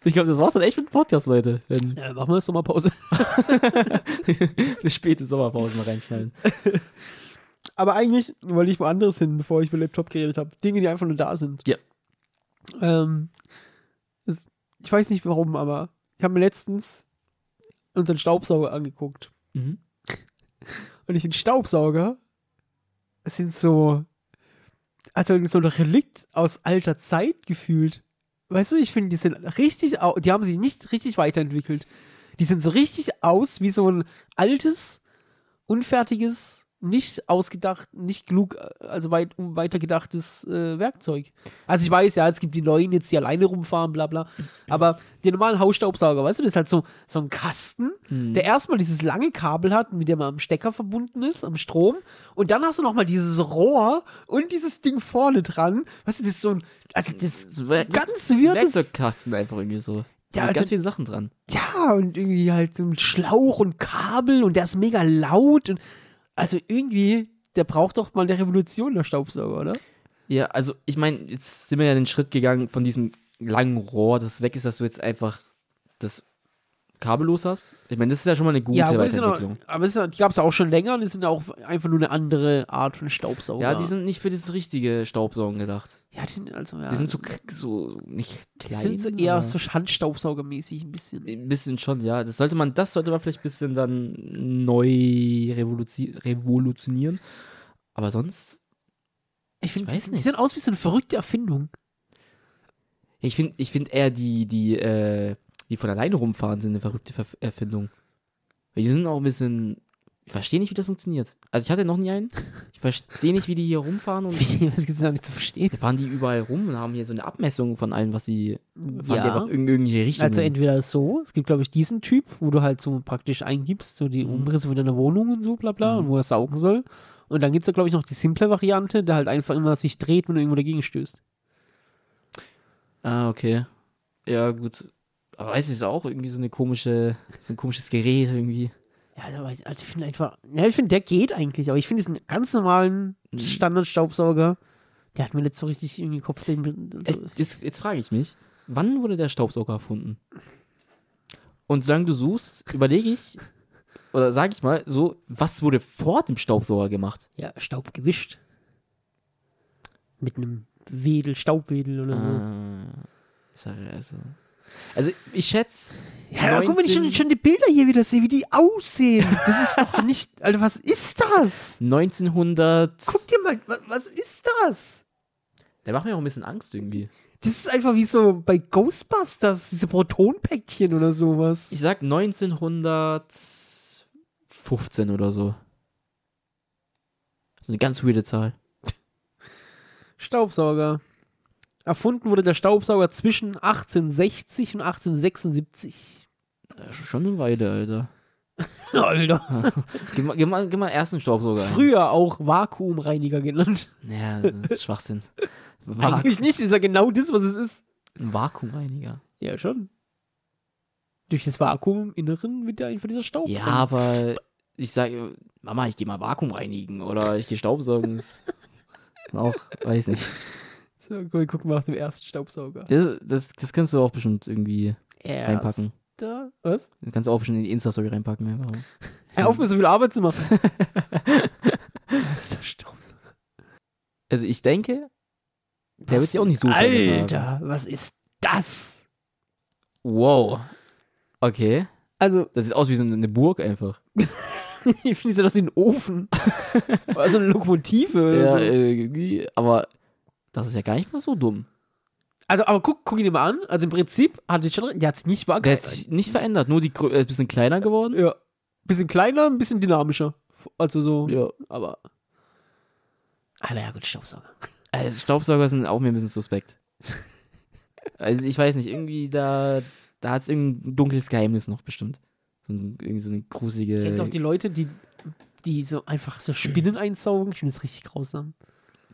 Ich glaube, das war's dann echt mit dem Podcast, Leute. Wenn Ja, dann machen wir jetzt nochmal Pause. eine späte Sommerpause mal reinschneiden. Aber eigentlich wollte ich woanders hin, bevor ich über Laptop geredet habe. Dinge, die einfach nur da sind. Ja. Ähm, es, ich weiß nicht warum, aber ich habe mir letztens unseren Staubsauger angeguckt. Mhm. Und ich den Staubsauger es sind so, also so ein Relikt aus alter Zeit gefühlt. Weißt du, ich finde, die sind richtig, au- die haben sich nicht richtig weiterentwickelt. Die sind so richtig aus wie so ein altes, unfertiges, nicht ausgedacht, nicht klug, also weit, weitergedachtes äh, Werkzeug. Also ich weiß, ja, es gibt die neuen jetzt, die alleine rumfahren, bla bla. Aber den normalen Hausstaubsauger, weißt du, das ist halt so, so ein Kasten, Mhm. der erstmal dieses lange Kabel hat, mit dem man am Stecker verbunden ist, am Strom. Und dann hast du nochmal dieses Rohr und dieses Ding vorne dran. Weißt du, das ist so ein, also das So wär- ganz wirdes. Werkzeugkasten einfach irgendwie so. Ja, Ja, mit also- ganz viele Sachen dran. Ja, und irgendwie halt so ein Schlauch und Kabel und der ist mega laut. Und also irgendwie, der braucht doch mal eine Revolution, der Staubsauger, oder? Ja, also ich meine, jetzt sind wir ja den Schritt gegangen von diesem langen Rohr, das weg ist, dass du jetzt einfach das kabellos hast. Ich meine, das ist ja schon mal eine gute ja, aber, das sind auch, Weiterentwicklung. aber das sind- die gab es auch schon länger und die sind auch einfach nur eine andere Art von Staubsauger. Oh Ja, die sind nicht für das richtige Staubsaugen gedacht. ja, die sind also, ja. Die sind so, k- so nicht die klein. sind so eher aber- so Handstaubsaugermäßig ein bisschen. Ein bisschen schon, ja. Das sollte man, das sollte man vielleicht ein bisschen dann neu revoluzi- revolutionieren. Aber sonst, Ich finde, Ich die, weiß sind- die nicht. sehen aus wie so eine verrückte Erfindung. ich finde ich find eher die, die, äh, die von alleine rumfahren, sind eine verrückte Ver Erfindung. Weil Die sind auch ein bisschen Ich verstehe nicht, wie das funktioniert. Also ich hatte noch nie einen. Ich verstehe nicht, wie die hier rumfahren und Wie, was gibt's da nicht zu verstehen? fahren die überall rum und haben hier so eine Abmessung von allem, was sie fahren die Ja. einfach in irgendwelche Richtungen. Also entweder so, es gibt glaube ich diesen Typ, wo du halt so praktisch eingibst, so Mhm. die Umrisse von deiner Wohnung und so, bla bla, und wo er saugen soll. Und dann gibt es da glaube ich noch die simple Variante, der halt einfach immer sich dreht, wenn du irgendwo dagegen stößt. ah, okay. Ja, gut. Aber weiß ich es auch, irgendwie so eine komische, so ein komisches Gerät irgendwie. Ja, aber ich- also ich finde einfach, ja, ich finde, der geht eigentlich, aber ich finde diesen ganz normalen Mhm. Standard-Staubsauger, der hat mir nicht so richtig irgendwie Kopfzehen. mit- Äh, Jetzt, jetzt frage ich mich, wann wurde der Staubsauger erfunden? Und solange du suchst, überlege ich, oder sage ich mal so, was wurde vor dem Staubsauger gemacht? Ja, Staub gewischt. Mit einem Wedel, Staubwedel oder so. Ah, ist halt also, also ich schätze, Ja, aber guck mal, wenn ich schon, 19 schon die Bilder hier wieder sehe, wie die aussehen. Das ist doch nicht. Alter, was ist das? 1900. Guck dir mal, wa- was ist das? Der macht mir auch ein bisschen Angst irgendwie. Das ist einfach wie so bei Ghostbusters, diese Protonpäckchen oder sowas. Ich sag 1915 oder so. So eine ganz weirde Zahl. Staubsauger. Erfunden wurde der Staubsauger zwischen 1860 und 1876. Äh, Schon eine Weile, Alter. Alter. Geh mal, geh mal, geh mal erst einen Staubsauger ein. Früher auch Vakuumreiniger genannt. Naja, das ist Schwachsinn. Vaku Eigentlich nicht, das ist ja genau das, was es ist. ein Vakuumreiniger. Ja, schon. Durch das Vakuum im Inneren wird ja einfach dieser Staub. Ja, aber ich sage, Mama, ich gehe mal Vakuum reinigen oder ich gehe Staubsaugen. Das auch, weiß nicht. So, guck, wir gucken mal nach dem ersten Staubsauger. Das, das, das kannst du auch bestimmt irgendwie reinpacken. Erster- Was? Das kannst du auch bestimmt in die Insta-Story reinpacken. einfach. Hör auf, mir so viel Arbeit zu machen. erster Staubsauger. Also ich denke, Der wird sich auch nicht so verändert Alter, was ist das? wow. Okay. Also, Das sieht aus wie so eine Burg einfach. ich finde so das in den Ofen. also eine Lokomotive oder Ja, so. äh, irgendwie, aber das ist ja gar nicht mal so dumm. Also, aber guck, guck ihn dir mal an. Also im Prinzip hat er schon recht. Der hat sich nicht Der hat wahrgenommen. sich nicht verändert, nur die Grö äh, ist ein bisschen kleiner geworden. Ja. Bisschen kleiner, ein bisschen dynamischer. Also so. Ja. aber. Ah, naja, gut, Staubsauger. Also Staubsauger sind auch mir ein bisschen suspekt. also ich weiß nicht, irgendwie da, da hat es irgendein dunkles Geheimnis noch bestimmt. So ein, irgendwie so eine gruselige. Kennst du auch die Leute, die, die so einfach so Spinnen einsaugen? Ich finde das richtig grausam.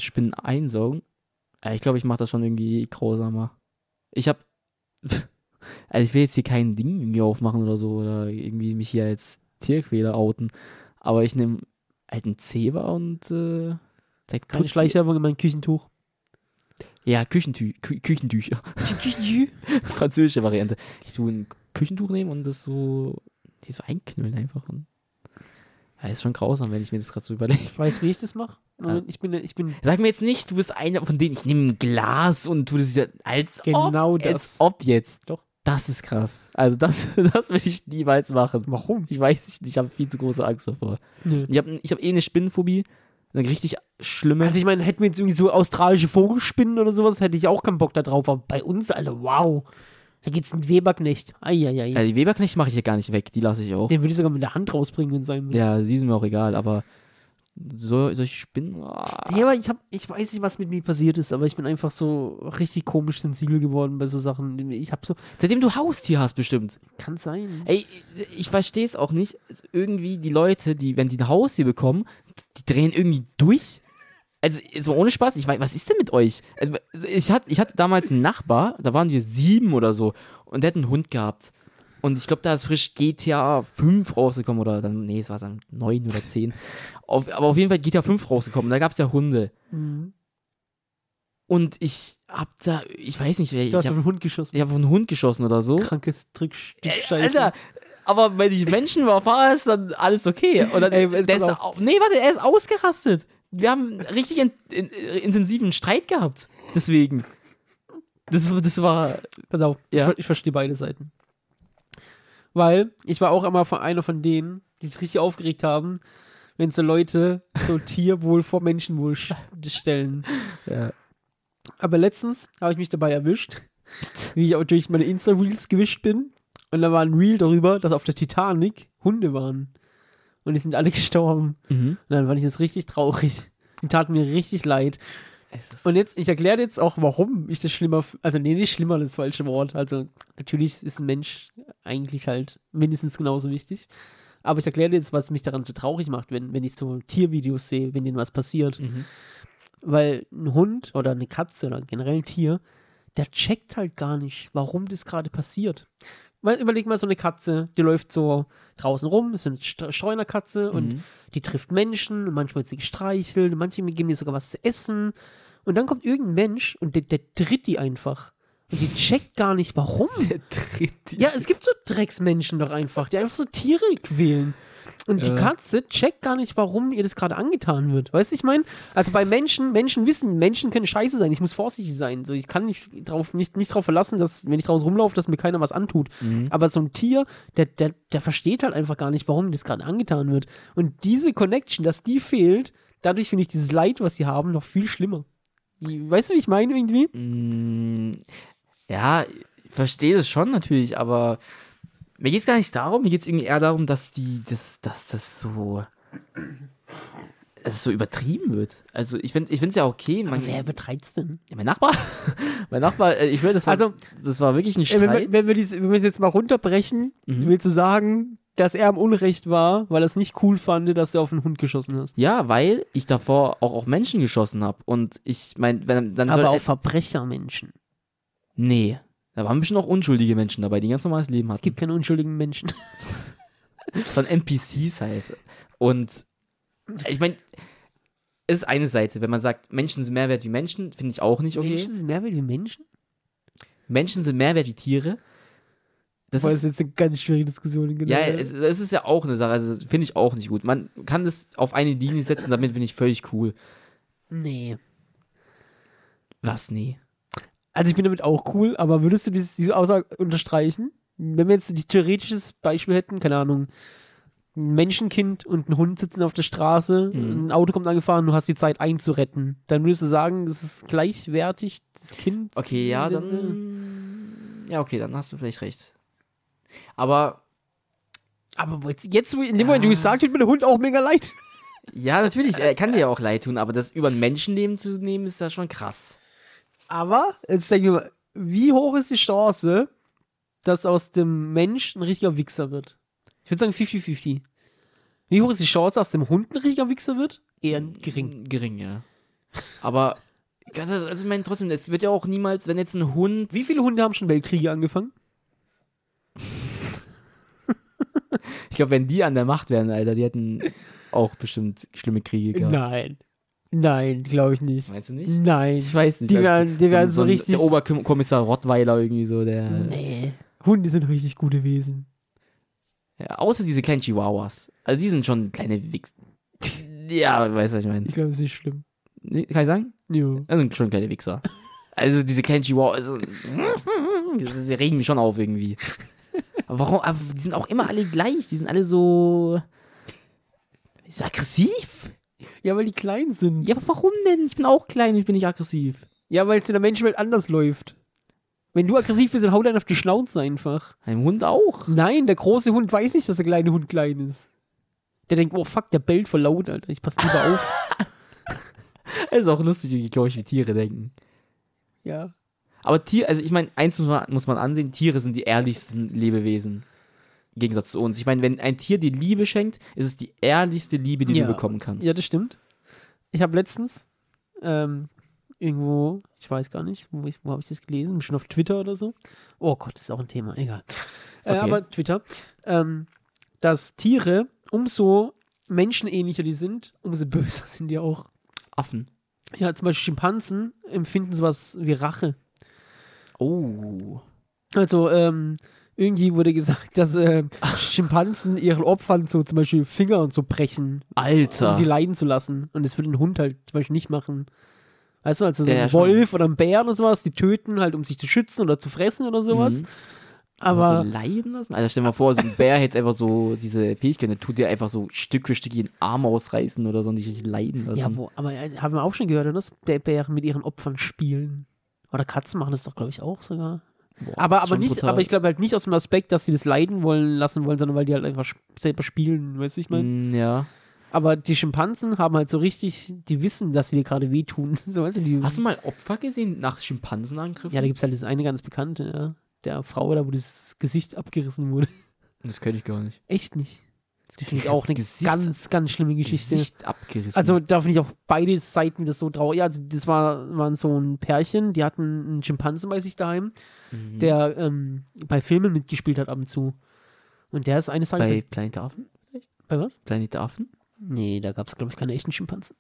Spinnen einsaugen. Äh, Ich glaube, ich mache das schon irgendwie grausamer. Ich habe, also ich will jetzt hier kein Ding irgendwie aufmachen oder so oder irgendwie mich hier als Tierquäler outen, aber ich nehme halt einen Zeber und äh, zeig Keine drück- Schleichwerbung in meinem Küchentuch. Ja, Küchentü Kü Küchentücher, Küchentü? französische Variante. Ich so ein Küchentuch nehmen und das so, die so einknüllen einfach. Und, ja, ist schon grausam, wenn ich mir das gerade so überlege. Ich weiß, wie ich das mache. Ja. Ich bin, ich bin. Sag mir jetzt nicht, du bist einer von denen, ich nehme ein Glas und tu das wieder als Genau ob, das. Als ob jetzt. Doch. Das ist krass. Also das, das will ich niemals machen. Warum? Ich weiß nicht, ich habe viel zu große Angst davor. Nö. Ich habe ich hab eh eine Spinnenphobie. Eine richtig schlimme. Also ich meine, hätten wir jetzt irgendwie so australische Vogelspinnen oder sowas, hätte ich auch keinen Bock da drauf. Aber bei uns alle, wow. Da geht's ein Weberknecht. Eieiei. ja, Äh, die Weberknecht mache ich ja gar nicht weg, die lasse ich auch. Den würde ich sogar mit der Hand rausbringen, wenn es sein muss. Ja, die sind mir auch egal, aber so, solche Spinnen. ah. Ja, aber ich, hab, ich weiß nicht, was mit mir passiert ist, aber ich bin einfach so richtig komisch sensibel geworden bei so Sachen. Ich hab so. Seitdem du Haustier hast, bestimmt. Kann sein. Ey, ich verstehe es auch nicht. Also irgendwie die Leute, die, wenn die ein Haustier bekommen, die drehen irgendwie durch. Also, so ohne Spaß, ich weiß, was ist denn mit euch? Also, Ich hatte, ich hatte damals einen Nachbar, da waren wir sieben oder so, und der hat einen Hund gehabt. Und ich glaube, da ist frisch GTA 5 rausgekommen oder dann, nee, es war dann 9 oder 10. Auf, aber auf jeden Fall GTA 5 rausgekommen, da gab es ja Hunde. Mhm. Und ich hab da, ich weiß nicht, wer- ich Du hast auf hab, den Hund geschossen. ich hab auf einen Hund geschossen oder so. Krankes Trick. Stück Oh. Äh, Alter, aber wenn ich Menschen überfahre, ist dann alles okay. Und dann, Ey, jetzt der ist, pass au- nee, warte, er ist ausgerastet. Wir haben einen richtig in, in, intensiven Streit gehabt. Deswegen. Das, das war. Pass auf, ich Ja. ver- ich verstehe beide Seiten. Weil ich war auch immer von einer von denen, die sich richtig aufgeregt haben, wenn so Leute so Tierwohl vor Menschenwohl sch- stellen. Ja. Aber letztens habe ich mich dabei erwischt, wie ich auch durch meine Insta-Reels gewischt bin. Und da war ein Reel darüber, dass auf der Titanic Hunde waren. und die sind alle gestorben. Mhm. Und dann fand ich das richtig traurig. Die taten mir richtig leid. Es ist Und jetzt, ich erkläre jetzt auch, warum ich das schlimmer, f- also nee, nicht schlimmer, das falsche Wort. Also natürlich ist ein Mensch eigentlich halt mindestens genauso wichtig. Aber ich erkläre jetzt, was mich daran so traurig macht, wenn, wenn ich so Tiervideos sehe, wenn denen was passiert. Mhm. Weil ein Hund oder eine Katze oder generell ein Tier, der checkt halt gar nicht, warum das gerade passiert. Weil, überleg mal so eine Katze, die läuft so draußen rum, ist eine St- Streunerkatze und Mhm. die trifft Menschen und manchmal wird sie gestreichelt und manche geben ihr sogar was zu essen. Und dann kommt irgendein Mensch und der, der tritt die einfach. Und die checkt gar nicht, warum. der dritte. Ja, es gibt so Drecksmenschen doch einfach, die einfach so Tiere quälen. Und die Ja. Katze checkt gar nicht, warum ihr das gerade angetan wird. Weißt du, ich meine, also bei Menschen, Menschen wissen, Menschen können scheiße sein, ich muss vorsichtig sein. So, ich kann nicht drauf, nicht, nicht drauf verlassen, dass, wenn ich draußen rumlaufe, dass mir keiner was antut. Aber so ein Tier, der, der, der versteht halt einfach gar nicht, warum das gerade angetan wird. Und diese Connection, dass die fehlt, dadurch finde ich dieses Leid, was sie haben, noch viel schlimmer. Weißt du, wie ich meine irgendwie? Mm, Ja, ich verstehe das schon natürlich, aber mir geht es gar nicht darum, mir geht es irgendwie eher darum, dass die, das, dass das so, dass es so übertrieben wird. Also ich finde es ja okay. Mein, Wer betreibt's denn? Ja, mein Nachbar, mein Nachbar, äh, ich will das war, Also- das war wirklich ein Ey, Streit. Mhm. Wenn, wir- wenn, wir dies, wenn wir es jetzt mal runterbrechen, willst du sagen, dass er im Unrecht war, weil er es nicht cool fand, dass du auf einen Hund geschossen hast. ja, weil ich davor auch auf Menschen geschossen habe und ich meine, wenn dann soll, Aber auf Verbrechermenschen. nee, da waren bestimmt auch unschuldige Menschen dabei, die ein ganz normales Leben hatten. Es gibt keine unschuldigen Menschen. von NPCs halt. Und ich meine, es ist eine Seite, wenn man sagt, Menschen sind mehr wert wie Menschen, finde ich auch nicht okay. Menschen Menschen, sind mehr wert wie Menschen? sind mehr wert wie Tiere. Das Weil es ist, jetzt eine ganz schwierige Diskussion. Genau. ja, es, es ist ja auch eine Sache, also finde ich auch nicht gut. Man kann das auf eine Linie setzen, damit bin ich völlig cool. nee. Was, nee. Also ich bin damit auch cool, aber würdest du dieses, diese Aussage unterstreichen? Wenn wir jetzt ein theoretisches Beispiel hätten, keine Ahnung, ein Menschenkind und ein Hund sitzen auf der Straße, Mhm. ein Auto kommt angefahren, du hast die Zeit einzuretten, dann würdest du sagen, es ist gleichwertig, das Kind. Okay, ja, Hm. dann. Ja, okay, dann hast du vielleicht recht. Aber, Aber jetzt, jetzt wo- in dem Moment, wo du es sagst, tut mir der Hund auch mega leid. ja, natürlich, er kann dir ja auch leid tun, aber das über ein Menschenleben zu nehmen, ist ja schon krass. Aber, jetzt denken wir mal, wie hoch ist die Chance, dass aus dem Mensch ein richtiger Wichser wird? Ich würde sagen 50-50. Wie hoch ist die Chance, dass aus dem Hund ein richtiger Wichser wird? Eher gering. Hm, Gering, ja. Aber, ganz- also ich meine, trotzdem, es wird ja auch niemals, wenn jetzt ein Hund. Wie viele Hunde haben schon Weltkriege angefangen? Ich glaube, wenn die an der Macht wären, Alter, die hätten auch bestimmt schlimme Kriege gehabt. Nein. Nein, glaube ich nicht. Meinst du nicht? Nein. Ich weiß nicht. Die also, werden, die werden so, ein- richtig. Hm. Der Oberkommissar Rottweiler irgendwie so, der. nee. Äh. Hunde sind richtig gute Wesen. Ja, außer diese kleinen Chihuahuas. Also, die sind schon kleine Wichs. Ja, weißt du, was ich meine? Ich glaube, das ist nicht schlimm. Nee, Kann ich sagen? Jo. Das sind schon kleine Wichser. Also diese Kenji Wow, also, sie regen mich schon auf irgendwie. Aber warum? Aber die sind auch immer alle gleich. Die sind alle so ist aggressiv. Ja, weil die klein sind. Ja, aber warum denn? Ich bin auch klein, ich bin nicht aggressiv. Ja, weil es in der Menschenwelt anders läuft. Wenn du aggressiv bist, dann hau dann auf die Schnauze einfach. Ein Hund auch. Nein, der große Hund weiß nicht, dass der kleine Hund klein ist. Der denkt, oh fuck, der bellt voll laut, Alter. Ich pass lieber auf. Das ist auch lustig, irgendwie, glaube ich, wie Tiere denken. Ja. Aber Tier, also ich meine, eins muss man, muss man ansehen, Tiere sind die ehrlichsten Lebewesen. Im Gegensatz zu uns. Ich meine, wenn ein Tier dir Liebe schenkt, ist es die ehrlichste Liebe, die Ja. du bekommen kannst. Ja, das stimmt. Ich habe letztens ähm, irgendwo, ich weiß gar nicht, wo, ich- wo habe ich das gelesen? Schon auf Twitter oder so. Oh Gott, das ist auch ein Thema, egal. Äh, Okay. aber Twitter, ähm, dass Tiere, umso menschenähnlicher die sind, umso böser sind die auch. Affen. Ja, zum Beispiel Schimpansen empfinden sowas wie Rache. Oh. Also, ähm, irgendwie wurde gesagt, dass ähm, Schimpansen ihren Opfern so zum Beispiel Finger und so brechen, Alter. um die leiden zu lassen. Und das würde ein Hund halt zum Beispiel nicht machen. Weißt du, also so Ja, ein ja, schon. Wolf oder ein Bär oder sowas, die töten halt, um sich zu schützen oder zu fressen oder sowas. Mhm. Aber Aber so leiden lassen? Alter, stell dir mal vor, so ein Bär hätte einfach so diese Fähigkeit, der tut dir einfach so Stück für Stück jeden Arm ausreißen oder so und dich richtig leiden lassen. Ja, wo, aber äh, haben wir auch schon gehört, dass Bären mit ihren Opfern spielen. Oder Katzen machen das doch, glaube ich, auch sogar. Boah, das aber, ist aber, schon nicht, brutal. aber ich glaube halt nicht aus dem Aspekt, dass sie das leiden wollen lassen wollen, sondern weil die halt einfach sp- selber spielen, weißt du, ich meine. Mm, ja. Aber die Schimpansen haben halt so richtig, die wissen, dass sie dir gerade wehtun. So, weißt du, die, Hast du mal Opfer gesehen nach Schimpansenangriffen? ja, da gibt es halt das eine ganz bekannte, ja. Der Frau da, wo das Gesicht abgerissen wurde. das kenne ich gar nicht. Echt nicht. Das finde ich Gesicht- auch eine Gesicht- ganz, ganz schlimme Geschichte. Gesicht abgerissen. Also da finde ich auch beide Seiten das so traurig. Ja, also das war, waren so ein Pärchen, die hatten einen Schimpansen bei sich daheim, Mhm. der ähm, bei Filmen mitgespielt hat ab und zu. Und der ist eines Tages. bei Planet Affen? bei was? Planet Affen? Nee, da gab es, glaube ich, keine echten Schimpansen.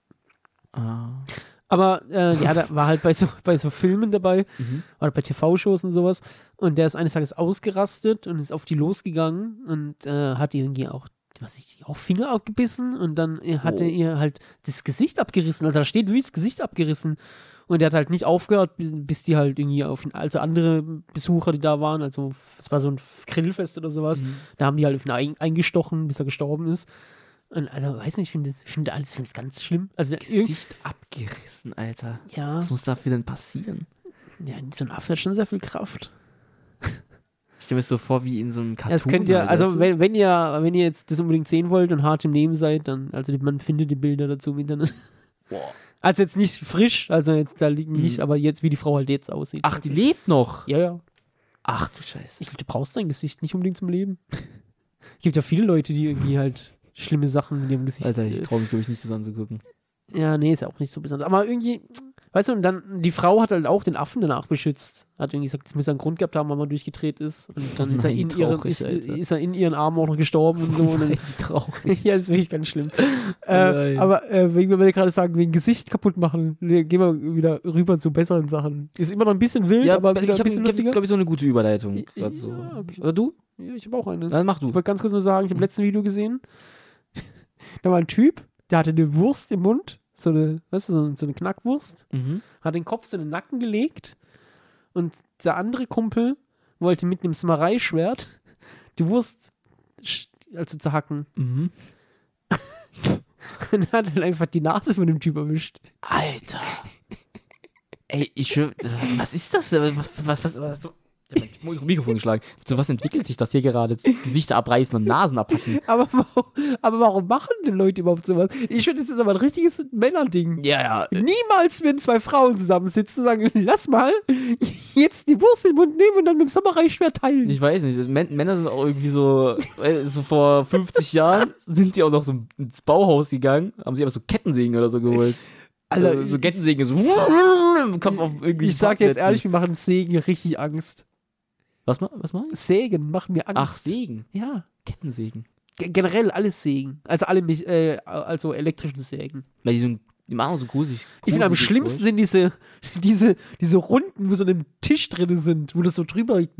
Ah. Aber äh, ja, da war halt bei so, bei so Filmen dabei Mhm. oder bei TV-Shows und sowas. Und der ist eines Tages ausgerastet und ist auf die losgegangen und äh, hat irgendwie auch, was weiß ich, auch Finger abgebissen und dann äh, hat Oh. er ihr halt das Gesicht abgerissen. Also da steht wirklich das Gesicht abgerissen. Und der hat halt nicht aufgehört, bis, bis die halt irgendwie auf ihn, also andere Besucher, die da waren, also es war so ein Grillfest oder sowas, da haben die halt auf ihn ein, eingestochen, bis er gestorben ist. Und also, weiß nicht, ich finde das- ich finde alles, finde es ganz schlimm. Also, irgendwie, Gesicht abgerissen, Alter. ja. Was muss dafür denn passieren? Ja, so ein Affe hat schon sehr viel Kraft. Ich stelle mir das so vor wie in so einem Cartoon. das könnt ihr, Alter. also wenn, wenn ihr, wenn ihr jetzt das unbedingt sehen wollt und hart im Nehmen seid, dann, also die- man findet die Bilder dazu im Internet. Boah. Also jetzt nicht frisch, also jetzt da liegen nicht, Mhm. aber jetzt, wie die Frau halt jetzt aussieht. Ach, die lebt noch. Ja, ja. Ach du Scheiße. Ich, du brauchst dein Gesicht nicht unbedingt zum Leben. Es gibt ja viele Leute, die irgendwie halt schlimme Sachen in ihrem Gesicht. Alter, äh, ich traue mich, glaube ich, nicht das anzugucken. Ja, nee, ist ja auch nicht so besonders. Aber irgendwie, weißt du, und dann, die Frau hat halt auch den Affen danach beschützt. Hat irgendwie gesagt, es muss ja einen Grund gehabt haben, warum er durchgedreht ist. Und dann ist, er Nein, in ihren, traurig, ist, Alter. ist er in ihren Armen auch noch gestorben und so. Und dann, traurig. ja, ist wirklich ganz schlimm. äh, Oh Nein. aber äh, wegen, wenn wir gerade sagen, wegen Gesicht kaputt machen, ne, gehen wir wieder rüber zu besseren Sachen. Ist immer noch ein bisschen wild, ja, aber ich wieder ein habe, bisschen lustiger. glaube ich, so eine gute Überleitung. grad so. Ja, okay. Oder du? ja, ich habe auch eine. Dann mach du. Ich wollte ganz kurz nur sagen, ich Hm. habe im letzten Video gesehen, da war ein Typ, der hatte eine Wurst im Mund, so eine, weißt du, so eine, so eine Knackwurst. Mhm. hat den Kopf so in den Nacken gelegt und der andere Kumpel wollte mit einem Samurai-Schwert die Wurst sch- also zerhacken. Mhm. Und hat dann einfach die Nase von dem Typ erwischt. Alter. Ey, ich schwör, äh, was ist das? denn? Was, was, was, was so, ich hab mein Mikrofon geschlagen. Zu was entwickelt sich das hier gerade? Gesichter abreißen und Nasen abpacken. Aber warum, aber warum machen denn Leute überhaupt sowas? Ich finde, das ist aber ein richtiges Männerding. Ja, ja. Niemals werden zwei Frauen zusammensitzen und sagen, lass mal jetzt die Wurst in den Mund nehmen und dann mit dem Samurai-Schwert teilen. Ich weiß nicht, Män- Männer sind auch irgendwie so, äh, so vor 50 Jahren sind die auch noch so ins Bauhaus gegangen, haben sich aber so Kettensägen oder so geholt. Alter, also, so ich- Kettensägen so im Kopf auf irgendwie ich sag dir jetzt Parkplätzen. ehrlich, wir machen Sägen richtig Angst. Was, ma- was meinst Sägen machen mir Angst. Ach, Sägen. Ja. Kettensägen. Ge- generell alles Sägen. Also alle mich, äh, also elektrischen Sägen. Weil die, so, die machen auch so gruselig. Ich finde am gruseliges schlimmsten sind diese, diese, diese Runden, wo so einem Tisch drin sind, wo das so drüber. Weißt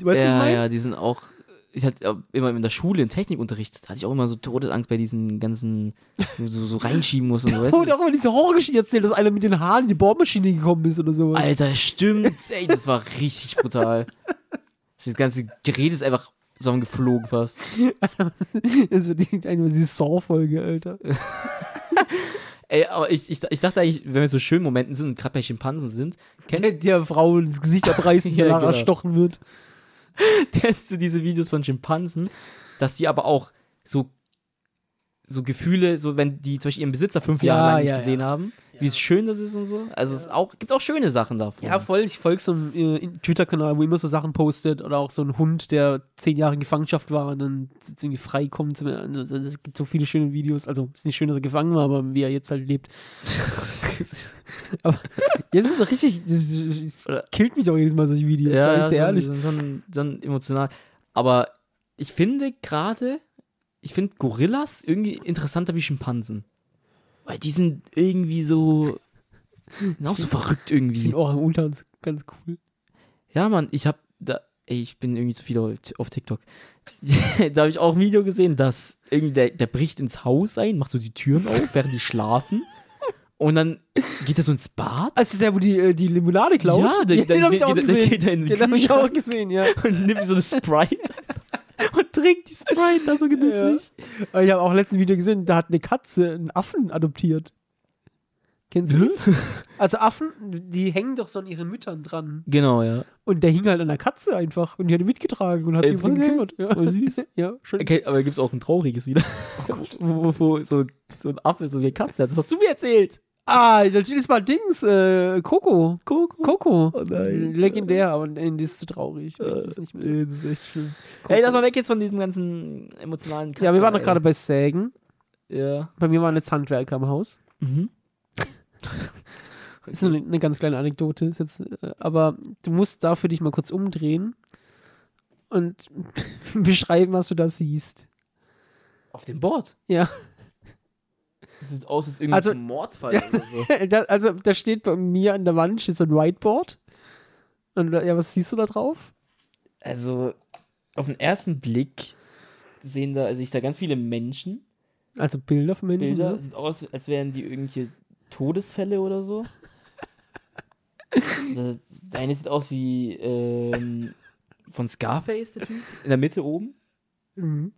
du, Geräusch. was ich Ja, meine? ja, die sind auch. Ich hatte äh, immer in der Schule, im Technikunterricht, da hatte ich auch immer so Todesangst bei diesen ganzen, wo du so, so reinschieben musst und so, weißt Oder du? auch immer diese Horrorgeschichte erzählt, dass einer mit den Haaren in die Bohrmaschine gekommen ist oder sowas. Alter, stimmt. Ey, das war richtig brutal. Das ganze Gerät ist einfach zusammengeflogen fast. Das wird eine diese Saw-Folge, Alter. Ey, aber ich, ich, ich dachte eigentlich, wenn wir so schönen Momenten sind und gerade bei Schimpansen sind, kennst, Der, der Frau das Gesicht abreißen, Ja, der nachher genau. erstochen wird. kennst du diese Videos von Schimpansen, dass die aber auch so, so Gefühle, so wenn die zum Beispiel ihren Besitzer fünf Ja, Jahre lang nicht ja, gesehen haben, wie es schön das ist und so. Also es ist auch, gibt auch schöne Sachen davon. Ja, voll. Ich folge so einem äh, in- Twitter-Kanal, wo immer so Sachen postet. Oder auch so ein Hund, der zehn Jahre in Gefangenschaft war und dann jetzt irgendwie frei kommt. Also, also, es gibt so viele schöne Videos. Also, es ist nicht schön, dass er gefangen war, aber wie er jetzt halt lebt. aber jetzt ist es richtig. Das, das, Oder- das killt mich auch jedes Mal solche Videos, ja, sag ich ja, dir schon- ehrlich. Schon, schon, schon emotional. Aber ich finde gerade, ich finde Gorillas irgendwie interessanter wie Schimpansen. Weil die sind irgendwie so. sind auch so verrückt Ich irgendwie. finde Orang-Utans ganz cool. Ja, Mann, ich hab da. Ey, ich bin irgendwie zu viel auf- auf TikTok. da habe ich auch ein Video gesehen, dass irgendwie der, der bricht ins Haus ein, macht so die Türen auf, während die schlafen. Und dann geht er so ins Bad. Also, ist der, wo die, äh, die Limonade klaut? Ja, der- der- den habe ich der- auch der- der gesehen. geht da in den Den habe ich auch Kühlschrank. gesehen, ja. und nimmt so eine Sprite und trinkt die Sprite da so genüsslich. Äh, Ich habe auch letztens ein Video gesehen, da hat eine Katze einen Affen adoptiert. Kennst du das? Also Affen, die hängen doch so an ihren Müttern dran. Genau, ja. Und der hing halt an der Katze einfach und die hat ihn mitgetragen und hat Ey, sie voll voll geil. gekümmert. Ja. Voll süß. ja, schön. Okay, aber gibt es auch ein trauriges wieder? wo, wo, wo so, so ein Affe so eine Katze hat. Das hast du mir erzählt. Ah, natürlich war Dings, äh, Coco. Coco. Coco. Oh nein. Legendär, aber nee, das ist zu traurig. Ich möchte das nicht mehr. Nee, das ist echt schlimm. Coco. Ey, lass mal weg jetzt von diesem ganzen emotionalen Ja, wir waren doch Charakter, gerade bei Sägen. ey. Ja. Bei mir waren jetzt Handwerker im Haus. Mhm. Das ist eine, eine ganz kleine Anekdote. Ist jetzt, äh, aber du musst dafür dich mal kurz umdrehen und beschreiben, was du da siehst. Auf dem Board. Ja. Das sieht aus, als irgendwie Also- also, ein Mordfall oder so. Da, also, da steht bei mir an der Wand steht so ein Whiteboard. Und äh, ja, was siehst du da drauf? Also, auf den ersten Blick sehen da, also ich da ganz viele Menschen. Also Bilder von Menschen. Bilder. ne? Sieht aus, als wären die irgendwelche Todesfälle oder so. das, der eine sieht aus wie ähm, von Scarface, der Typ. In der Mitte oben. Mhm.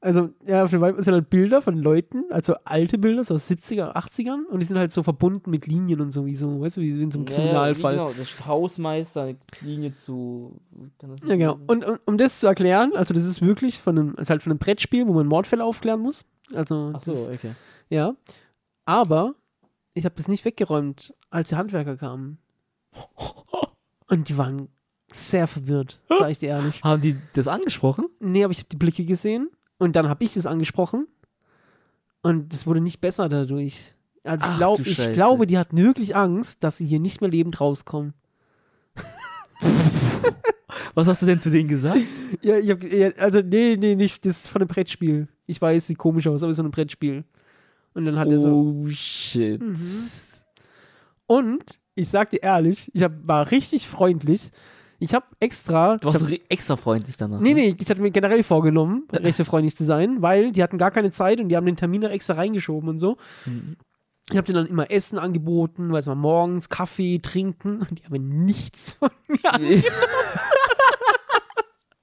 Also, ja, auf dem Whiteboard sind halt Bilder von Leuten, also alte Bilder, so aus 70er, 80ern. Und die sind halt so verbunden mit Linien und so, wie so, weißt du, wie in so einem Ja, ja, Kriminalfall. Genau, das Hausmeister, eine Linie zu. Kann das Ja, genau. sein? Und um, um das zu erklären, also das ist wirklich von einem, ist halt von einem Brettspiel, wo man Mordfälle aufklären muss. Also, Ach das, so, okay. ja. Aber ich habe das nicht weggeräumt, als die Handwerker kamen. Und die waren sehr verwirrt, sage ich dir ehrlich. Haben die das angesprochen? Nee, aber ich habe die Blicke gesehen und dann habe ich das angesprochen und es wurde nicht besser dadurch. Also ich, Ach, glaub, du ich Scheiße. glaube, die hatten wirklich Angst, dass sie hier nicht mehr lebend rauskommen. Was hast du denn zu denen gesagt? Ja, ich hab, ja, also nee, nee, nicht, das ist von einem Brettspiel. Ich weiß, sieht komisch aus, aber es ist von einem Brettspiel. Und dann hat er so. oh, shit. Oh. Und ich sag dir ehrlich, ich hab, war richtig freundlich. Ich habe extra. Du warst ich hab, re- extra freundlich danach. nee, ne? nee, ich hatte mir generell vorgenommen, recht freundlich zu sein, weil die hatten gar keine Zeit und die haben den Termin noch extra reingeschoben und so. Mhm. Ich habe denen dann immer Essen angeboten, weiß mal, morgens Kaffee, Trinken und die haben nichts von mir an. Ey,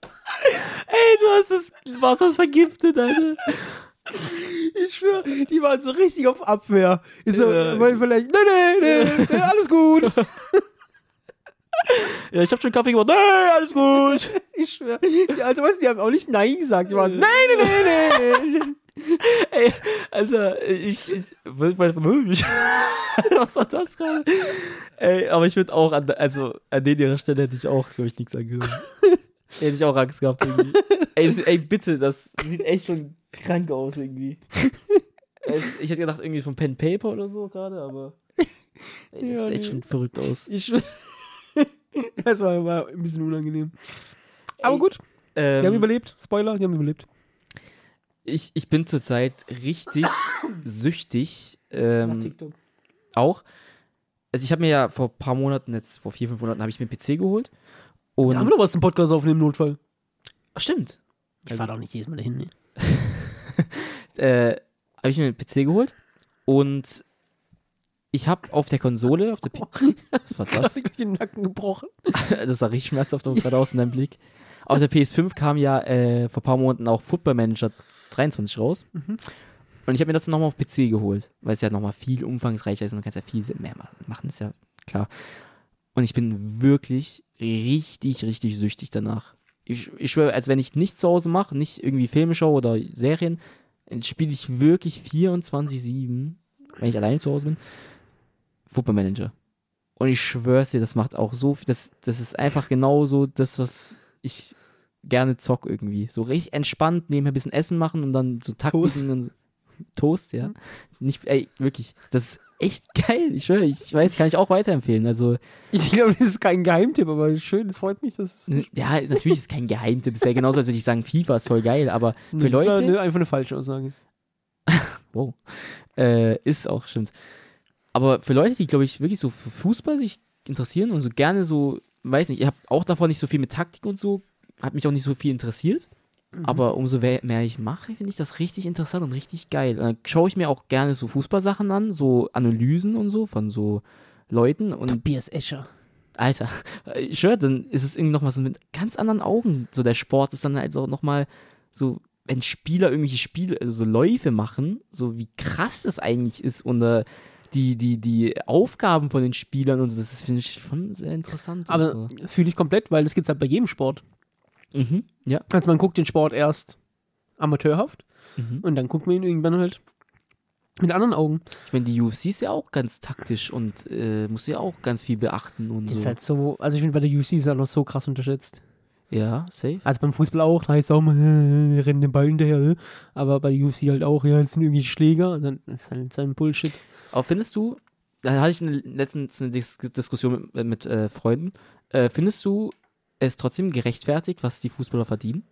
du hast das Wasser vergiftet, Alter. Ich schwöre, die waren so richtig auf Abwehr. Ich so, Ja. weil vielleicht, nee, nee, nee, nee, alles gut. Ja, ich hab schon Kaffee gemacht. Nee, alles gut. Ich schwöre. Die Alte, weißt du, die haben auch nicht Nein gesagt. Die waren, Äh. nee, nee, nee, nee, nee. Ey, Alter, Also, ich. ich was war das gerade? Ey, aber ich würde auch an, also an den ihrer Stelle hätte ich auch, glaube ich, nichts angehört. hätte ich auch Angst gehabt irgendwie. Ey, das, ey, bitte, das sieht echt schon krank aus irgendwie. Es- Ich hätte gedacht, irgendwie von Pen and Paper oder so gerade, aber. Ey, das Ja, sieht echt nee. schon verrückt aus. Ich schwöre. Das war, war ein bisschen unangenehm. Aber Ey, gut, die haben Ähm, überlebt. Spoiler, die haben überlebt. ich, ich bin zurzeit richtig süchtig. Ähm, TikTok. auch. Also ich habe mir ja vor ein paar Monaten, jetzt vor vier, fünf Monaten, habe ich mir einen PC geholt. Und Da haben wir doch was zum Podcast aufnehmen im Notfall. Ach, stimmt. Also Ich fahr doch nicht jedes Mal dahin. Ne? Äh, habe ich mir einen PC geholt. Und ich habe auf der Konsole, auf der P Was war Hast das? du durch den Nacken gebrochen? das sah richtig schmerzhaft aus, gerade aus in deinem Blick. Auf der PS5 kam ja äh, vor ein paar Monaten auch Football Manager 23 raus. Und ich habe mir das nochmal auf PC geholt, weil es ja nochmal viel umfangreicher ist und du kannst ja viel mehr ma- machen, ist ja klar. Und ich bin wirklich richtig, richtig süchtig danach. Ich, ich schwöre, als wenn ich nichts zu Hause mache, nicht irgendwie Filme schaue oder Serien, spiele ich wirklich 24-7, wenn ich alleine zu Hause bin, Football Manager. Und ich schwör's dir, das macht auch so viel. Das, das ist einfach genauso das, was ich gerne zock irgendwie. So richtig entspannt, nebenher ein bisschen Essen machen und dann so Taktiken Toast. und so. Toast, ja. Nicht, ey, wirklich. Das ist echt geil. Ich schwöre, ich weiß, kann ich auch weiterempfehlen. Also, Ich glaube, das ist kein Geheimtipp, aber schön, das freut mich. Dass es- ja, natürlich ist kein Geheimtipp. Ist ja genauso, als würde ich sagen, FIFA ist voll geil, aber für Nee, das war Leute. eine, einfach eine falsche Aussage. Wow. Äh, ist auch, stimmt. Aber für Leute, die, glaube ich, wirklich so für Fußball sich interessieren und so gerne so, weiß nicht, ich habe auch davon nicht so viel mit Taktik und so, hat mich auch nicht so viel interessiert. Aber umso we- mehr ich mache, finde ich das richtig interessant und richtig geil. Und dann schaue ich mir auch gerne so Fußballsachen an, so Analysen und so von so Leuten. Und Tobias Escher. Alter, ich schwör, dann ist es irgendwie nochmal so mit ganz anderen Augen. So der Sport ist dann halt auch nochmal so, wenn Spieler irgendwelche Spiele, also so Läufe machen, so wie krass das eigentlich ist und äh, die, die, die Aufgaben von den Spielern und so, das ist, finde ich schon sehr interessant. und Aber so. das fühle ich komplett, weil das gibt es halt bei jedem Sport. mhm. ja. Also man guckt den Sport erst amateurhaft Mhm. und dann guckt man ihn irgendwann halt mit anderen Augen. Ich meine, die UFC ist ja auch ganz taktisch und äh, muss ja auch ganz viel beachten und Ist so. halt so, also ich finde bei der UFC ist er noch so krass unterschätzt. ja, safe. Also beim Fußball auch, da heißt es auch mal, äh, rennen den Ball hinterher, äh. aber bei der UFC halt auch, ja, das sind irgendwie Schläger, und dann das ist halt so ein Bullshit. Aber findest du, da hatte ich in der- letztens eine Dis Diskussion mit, mit äh, Freunden, äh, findest du es trotzdem gerechtfertigt, was die Fußballer verdienen?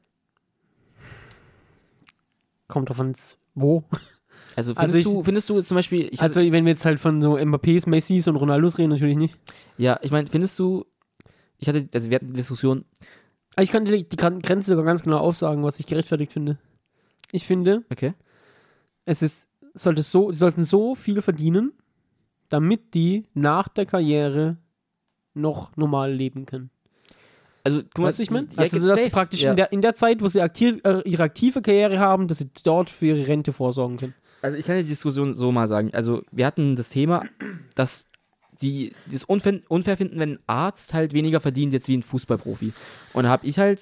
Kommt drauf an, wo. Also Also findest, ich- du, findest du zum Beispiel, ich also wenn wir jetzt halt von so Mbappés, Messis und Ronaldos reden, natürlich nicht. Ja, ich meine, findest du, ich hatte, also wir hatten die Diskussion, Aber Ah, ich kann dir die Gran- Grenze sogar ganz genau aufsagen, was ich gerechtfertigt finde. Ich finde, okay, es ist, sollte so, sie sollten so viel verdienen, damit die nach der Karriere noch normal leben können. also guck mal, weißt du, ich meine? die- die- Also, ja, dass safe, sie praktisch ja. in, der, in der Zeit, wo sie aktiv, äh, ihre aktive Karriere haben, dass sie dort für ihre Rente vorsorgen können. Also ich kann die Diskussion so mal sagen. Also wir hatten das Thema, dass die das unfair, unfair finden, wenn ein Arzt halt weniger verdient jetzt wie ein Fußballprofi. Und da habe ich halt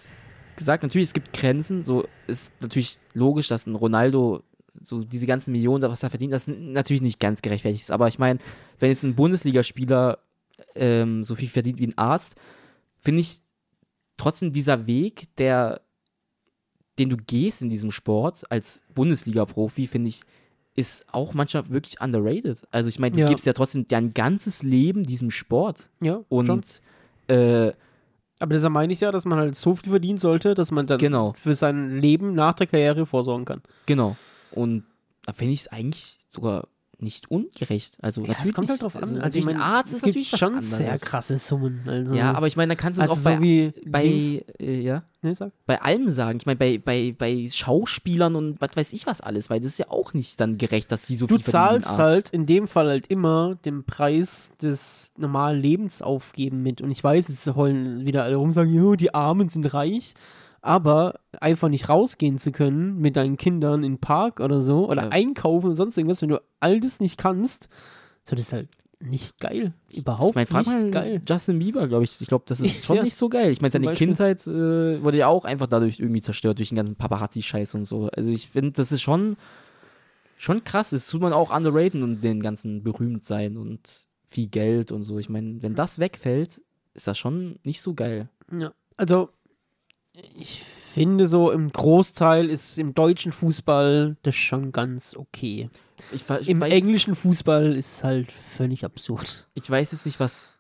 gesagt, natürlich es gibt Grenzen. So ist natürlich logisch, dass ein Ronaldo so diese ganzen Millionen, was er verdient, das ist natürlich nicht ganz gerechtfertigt ist. Aber ich meine, wenn jetzt ein Bundesligaspieler ähm, so viel verdient wie ein Arzt, finde ich trotzdem dieser Weg, der den du gehst in diesem Sport als Bundesliga-Profi, finde ich, ist auch manchmal wirklich underrated. Also ich meine, du Ja. gibst ja trotzdem dein ganzes Leben diesem Sport. Ja, schon. Und äh, Aber deshalb meine ich ja, dass man halt so viel verdienen sollte, dass man dann Genau. für sein Leben nach der Karriere vorsorgen kann. genau. Und da finde ich es eigentlich sogar nicht ungerecht. Also Ja, natürlich. es kommt halt drauf an. Also, natürlich ich ein meine, Arzt es ist gibt natürlich was schon anderes. sehr krasse Summen. Also, Ja, aber ich meine, dann kannst du es also auch so bei, wie bei Dings- äh, ja. Nee, sag. bei allem sagen. Ich meine, bei, bei, bei Schauspielern und was weiß ich was alles, weil das ist ja auch nicht dann gerecht, dass sie so Du viel verdienen. zahlst Arzt. halt in dem Fall halt immer den Preis des normalen Lebens aufgeben mit. Und ich weiß, jetzt heulen wieder alle rum, sagen, jo, die Armen sind reich. Aber einfach nicht rausgehen zu können mit deinen Kindern in den Park oder so oder Ja. einkaufen und sonst irgendwas, wenn du all das nicht kannst, so das ist halt nicht geil. Überhaupt ich meine, frag nicht mal geil. Justin Bieber, glaube ich. Ich glaube, das ist schon Ja. nicht so geil. Ich meine, Zum seine Beispiel. Kindheit äh, wurde ja auch einfach dadurch irgendwie zerstört, durch den ganzen Paparazzi-Scheiß und so. Also ich finde, das ist schon, schon krass. Das tut man auch underrated und den ganzen berühmt sein und viel Geld und so. Ich meine, wenn das wegfällt, ist das schon nicht so geil. Ja. Also, ich finde so, im Großteil ist im deutschen Fußball das schon ganz okay. Ich, ver- ich Im weiß- englischen Fußball ist es halt völlig absurd. Ich weiß jetzt nicht, was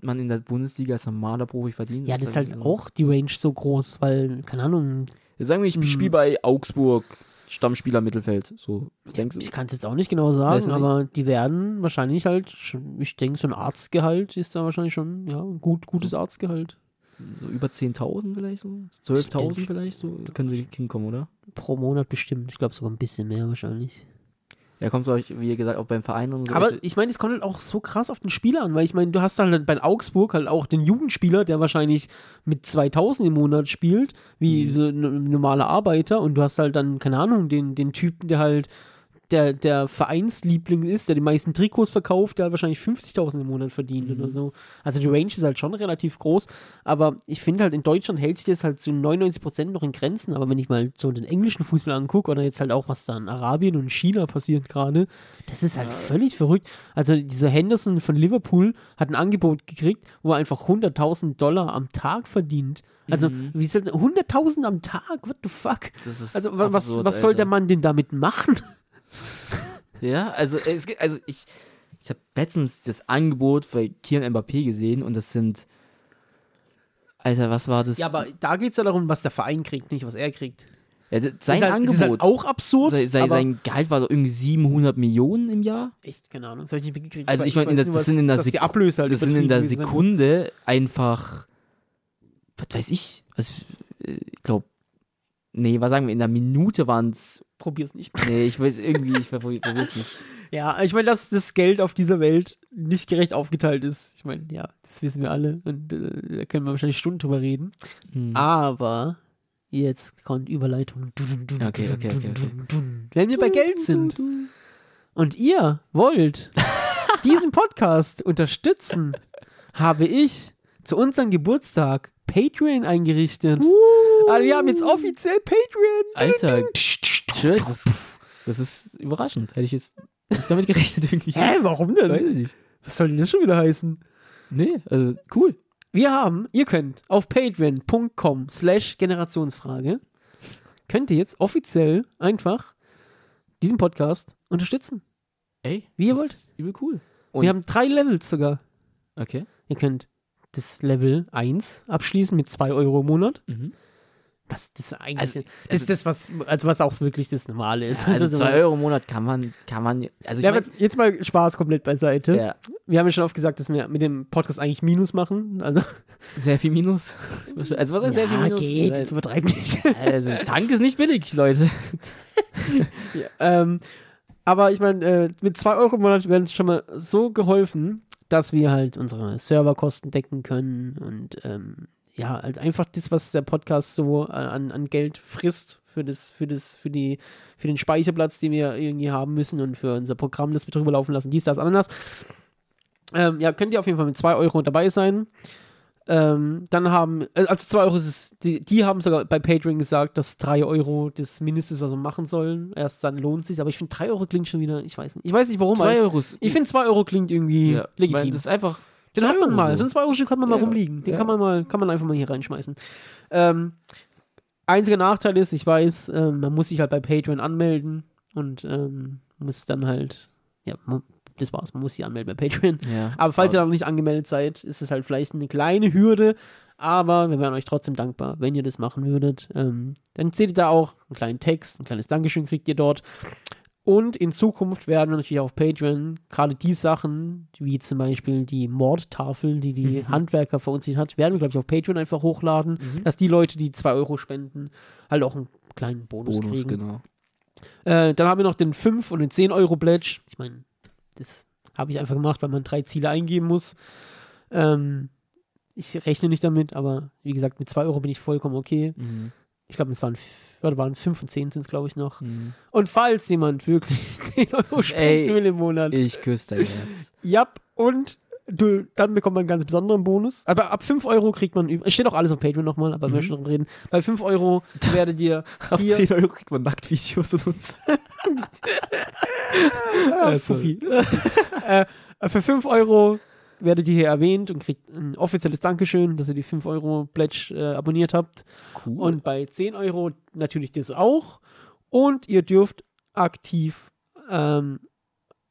man in der Bundesliga als normaler Profi verdient. Ja, das ist sag ich halt so. auch die Range so groß, weil, keine Ahnung, Sagen wir, ich Mhm. spiele bei Augsburg, Stammspieler Mittelfeld. So, was denkst du? ich kann es jetzt auch nicht genau Weißt du sagen, nicht? aber die werden wahrscheinlich halt, schon, ich denke, so ein Arztgehalt ist da wahrscheinlich schon, ja, ein gut, gutes Arztgehalt. So über 10.000 vielleicht so? Ich 12.000 denk- vielleicht so? Da können sie hinkommen, oder? Pro Monat bestimmt, ich glaube sogar ein bisschen mehr wahrscheinlich. Ja, kommt euch, wie gesagt, auch beim Verein und so. Aber ich meine, es kommt halt auch so krass auf den Spieler an, weil ich meine, du hast halt bei Augsburg halt auch den Jugendspieler, der wahrscheinlich mit 2000 im Monat spielt, wie Mhm. so ein n- normaler Arbeiter und du hast halt dann, keine Ahnung, den, den Typen, der halt der, der Vereinsliebling ist, der die meisten Trikots verkauft, der hat wahrscheinlich 50.000 im Monat verdient Mhm. oder so. Also die Range ist halt schon relativ groß, aber ich finde halt in Deutschland hält sich das halt zu 99% noch in Grenzen, aber wenn ich mal so den englischen Fußball angucke oder jetzt halt auch, was da in Arabien und China passiert gerade, das ist halt völlig verrückt. Also dieser Henderson von Liverpool hat ein Angebot gekriegt, wo er einfach 100.000 Dollar am Tag verdient. Also Mhm. wie soll 100.000 am Tag? What the fuck? das ist Also wa- was, absurd, was soll der Alter. Mann denn damit machen? Ja, also es gibt, also ich, ich habe letztens das Angebot bei Kian Mbappé gesehen und das sind. Alter, was war das? Ja, aber da geht es ja darum, was der Verein kriegt, nicht was er kriegt. Ja, d- sein ist halt, Angebot. Ist halt auch absurd. Sei, sei, aber sein Gehalt war so irgendwie 700 Millionen im Jahr. echt, keine Ahnung. Das hab ich nicht mitgekriegt. Also ich meine, weiß das nur, das was- sind in der dass die Sek- Ablöse halt das sind in der übertrieben gewesen sind. Sekunde einfach, was weiß ich, was, äh, ich glaube, nee, was sagen wir, in der Minute waren es, Probier's nicht. nee, ich weiß irgendwie, ich verprobiere es nicht. Ja, ich meine, dass das Geld auf dieser Welt nicht gerecht aufgeteilt ist. Ich meine, ja, das wissen wir alle. Und äh, da können wir wahrscheinlich Stunden drüber reden. Mhm. Hm. Aber jetzt kommt Überleitung. Dun, dun, Okay, okay, okay, okay. dun. Wenn wir bei Geld sind und ihr wollt diesen Podcast unterstützen, habe ich zu unserem Geburtstag Patreon eingerichtet. Also wir haben jetzt offiziell Patreon. Alter, schön, das, das ist überraschend. Hätte ich jetzt nicht damit gerechnet irgendwie. Hä, warum denn? Weiß ich nicht. Was soll denn das schon wieder heißen? Nee, also cool. Wir haben, ihr könnt auf patreon.com slash generationsfrage könnt ihr jetzt offiziell einfach diesen Podcast unterstützen. Ey, Wie ihr das wollt. ist Übel cool. Und- Wir haben drei Levels sogar. Okay. Ihr könnt das Level 1 abschließen mit 2 Euro im Monat. Mhm. Was das eigentlich Also- das ist das, was, also was auch wirklich das Normale ist. Also so- 2 Euro im Monat kann man, kann man, also ich Ja, aber mein, jetzt, jetzt mal Spaß komplett beiseite. ja, Wir haben ja schon oft gesagt, dass wir mit dem Podcast eigentlich Minus machen. Also, sehr viel Minus. Also was heißt sehr viel ja, Minus? geht, jetzt übertreib nicht. Also Tank ist nicht billig, Leute. ähm, aber ich meine, äh, mit 2 Euro im Monat werden uns schon mal so geholfen, dass wir halt unsere Serverkosten decken können und ähm, ja, halt einfach das, was der Podcast so äh, an, an Geld frisst für das, für das, für die, für den Speicherplatz, den wir irgendwie haben müssen und für unser Programm, das wir drüber laufen lassen, dies, das, anderes. Ähm, ja, könnt ihr auf jeden Fall mit 2 Euro dabei sein. Ähm, dann haben, äh, also 2 Euro ist es, die, die haben sogar bei Patreon gesagt, dass 3 Euro das Mindeste ist, was wir machen sollen. Erst dann lohnt sich, aber ich finde 3 Euro klingt schon wieder, ich weiß nicht, ich weiß nicht warum. 2 aber Euro ist ich finde 2 Euro klingt irgendwie ja, ich legitim. mein, das ist einfach. Den hat man Euro mal. so. So ein 2-Euro-Stück hat man mal Ja. rumliegen. Den Ja. kann man mal, kann man einfach mal hier reinschmeißen. Ähm, einziger Nachteil ist, ich weiß, ähm, man muss sich halt bei Patreon anmelden und ähm, muss dann halt, ja, man, das war's, man muss sich anmelden bei Patreon. Ja. Aber falls ihr noch nicht angemeldet seid, ist es halt vielleicht eine kleine Hürde, aber wir wären euch trotzdem dankbar, wenn ihr das machen würdet. Ähm, dann seht ihr da auch einen kleinen Text, ein kleines Dankeschön kriegt ihr dort. Und in Zukunft werden wir natürlich auf Patreon gerade die Sachen, wie zum Beispiel die Mordtafel, die die Handwerker verunsichert hat, werden wir, glaube ich, auf Patreon einfach hochladen, Mhm. dass die Leute, die 2 Euro spenden, halt auch einen kleinen Bonus, Bonus, kriegen. genau. Äh, dann haben wir noch den 5 und den 10 Euro Pledge. Ich meine, das habe ich einfach gemacht, weil man drei Ziele eingeben muss. Ähm, ich rechne nicht damit, aber wie gesagt, mit 2 Euro bin ich vollkommen okay. Mhm. Ich glaube, es waren, f- oder waren 5 und 10 sind es, glaube ich, noch. Mhm. Und falls jemand wirklich 10 Euro spenden Ey. will im Monat, Ich küsse dein Herz. ja, und du, dann bekommt man einen ganz besonderen Bonus. Aber ab 5 Euro kriegt man, üb- es steht auch alles auf Patreon nochmal, aber wir Mhm. schon drüber reden. Bei 5 Euro werdet ihr Ab hier- 10 Euro kriegt man Nacktvideos und uns. Ah, Äh, Fuffi. äh, für 5 Euro werdet ihr hier erwähnt und kriegt ein offizielles Dankeschön, dass ihr die 5 Euro Pledge äh, abonniert habt. Cool. Und bei 10 Euro natürlich das auch. Und ihr dürft aktiv ähm,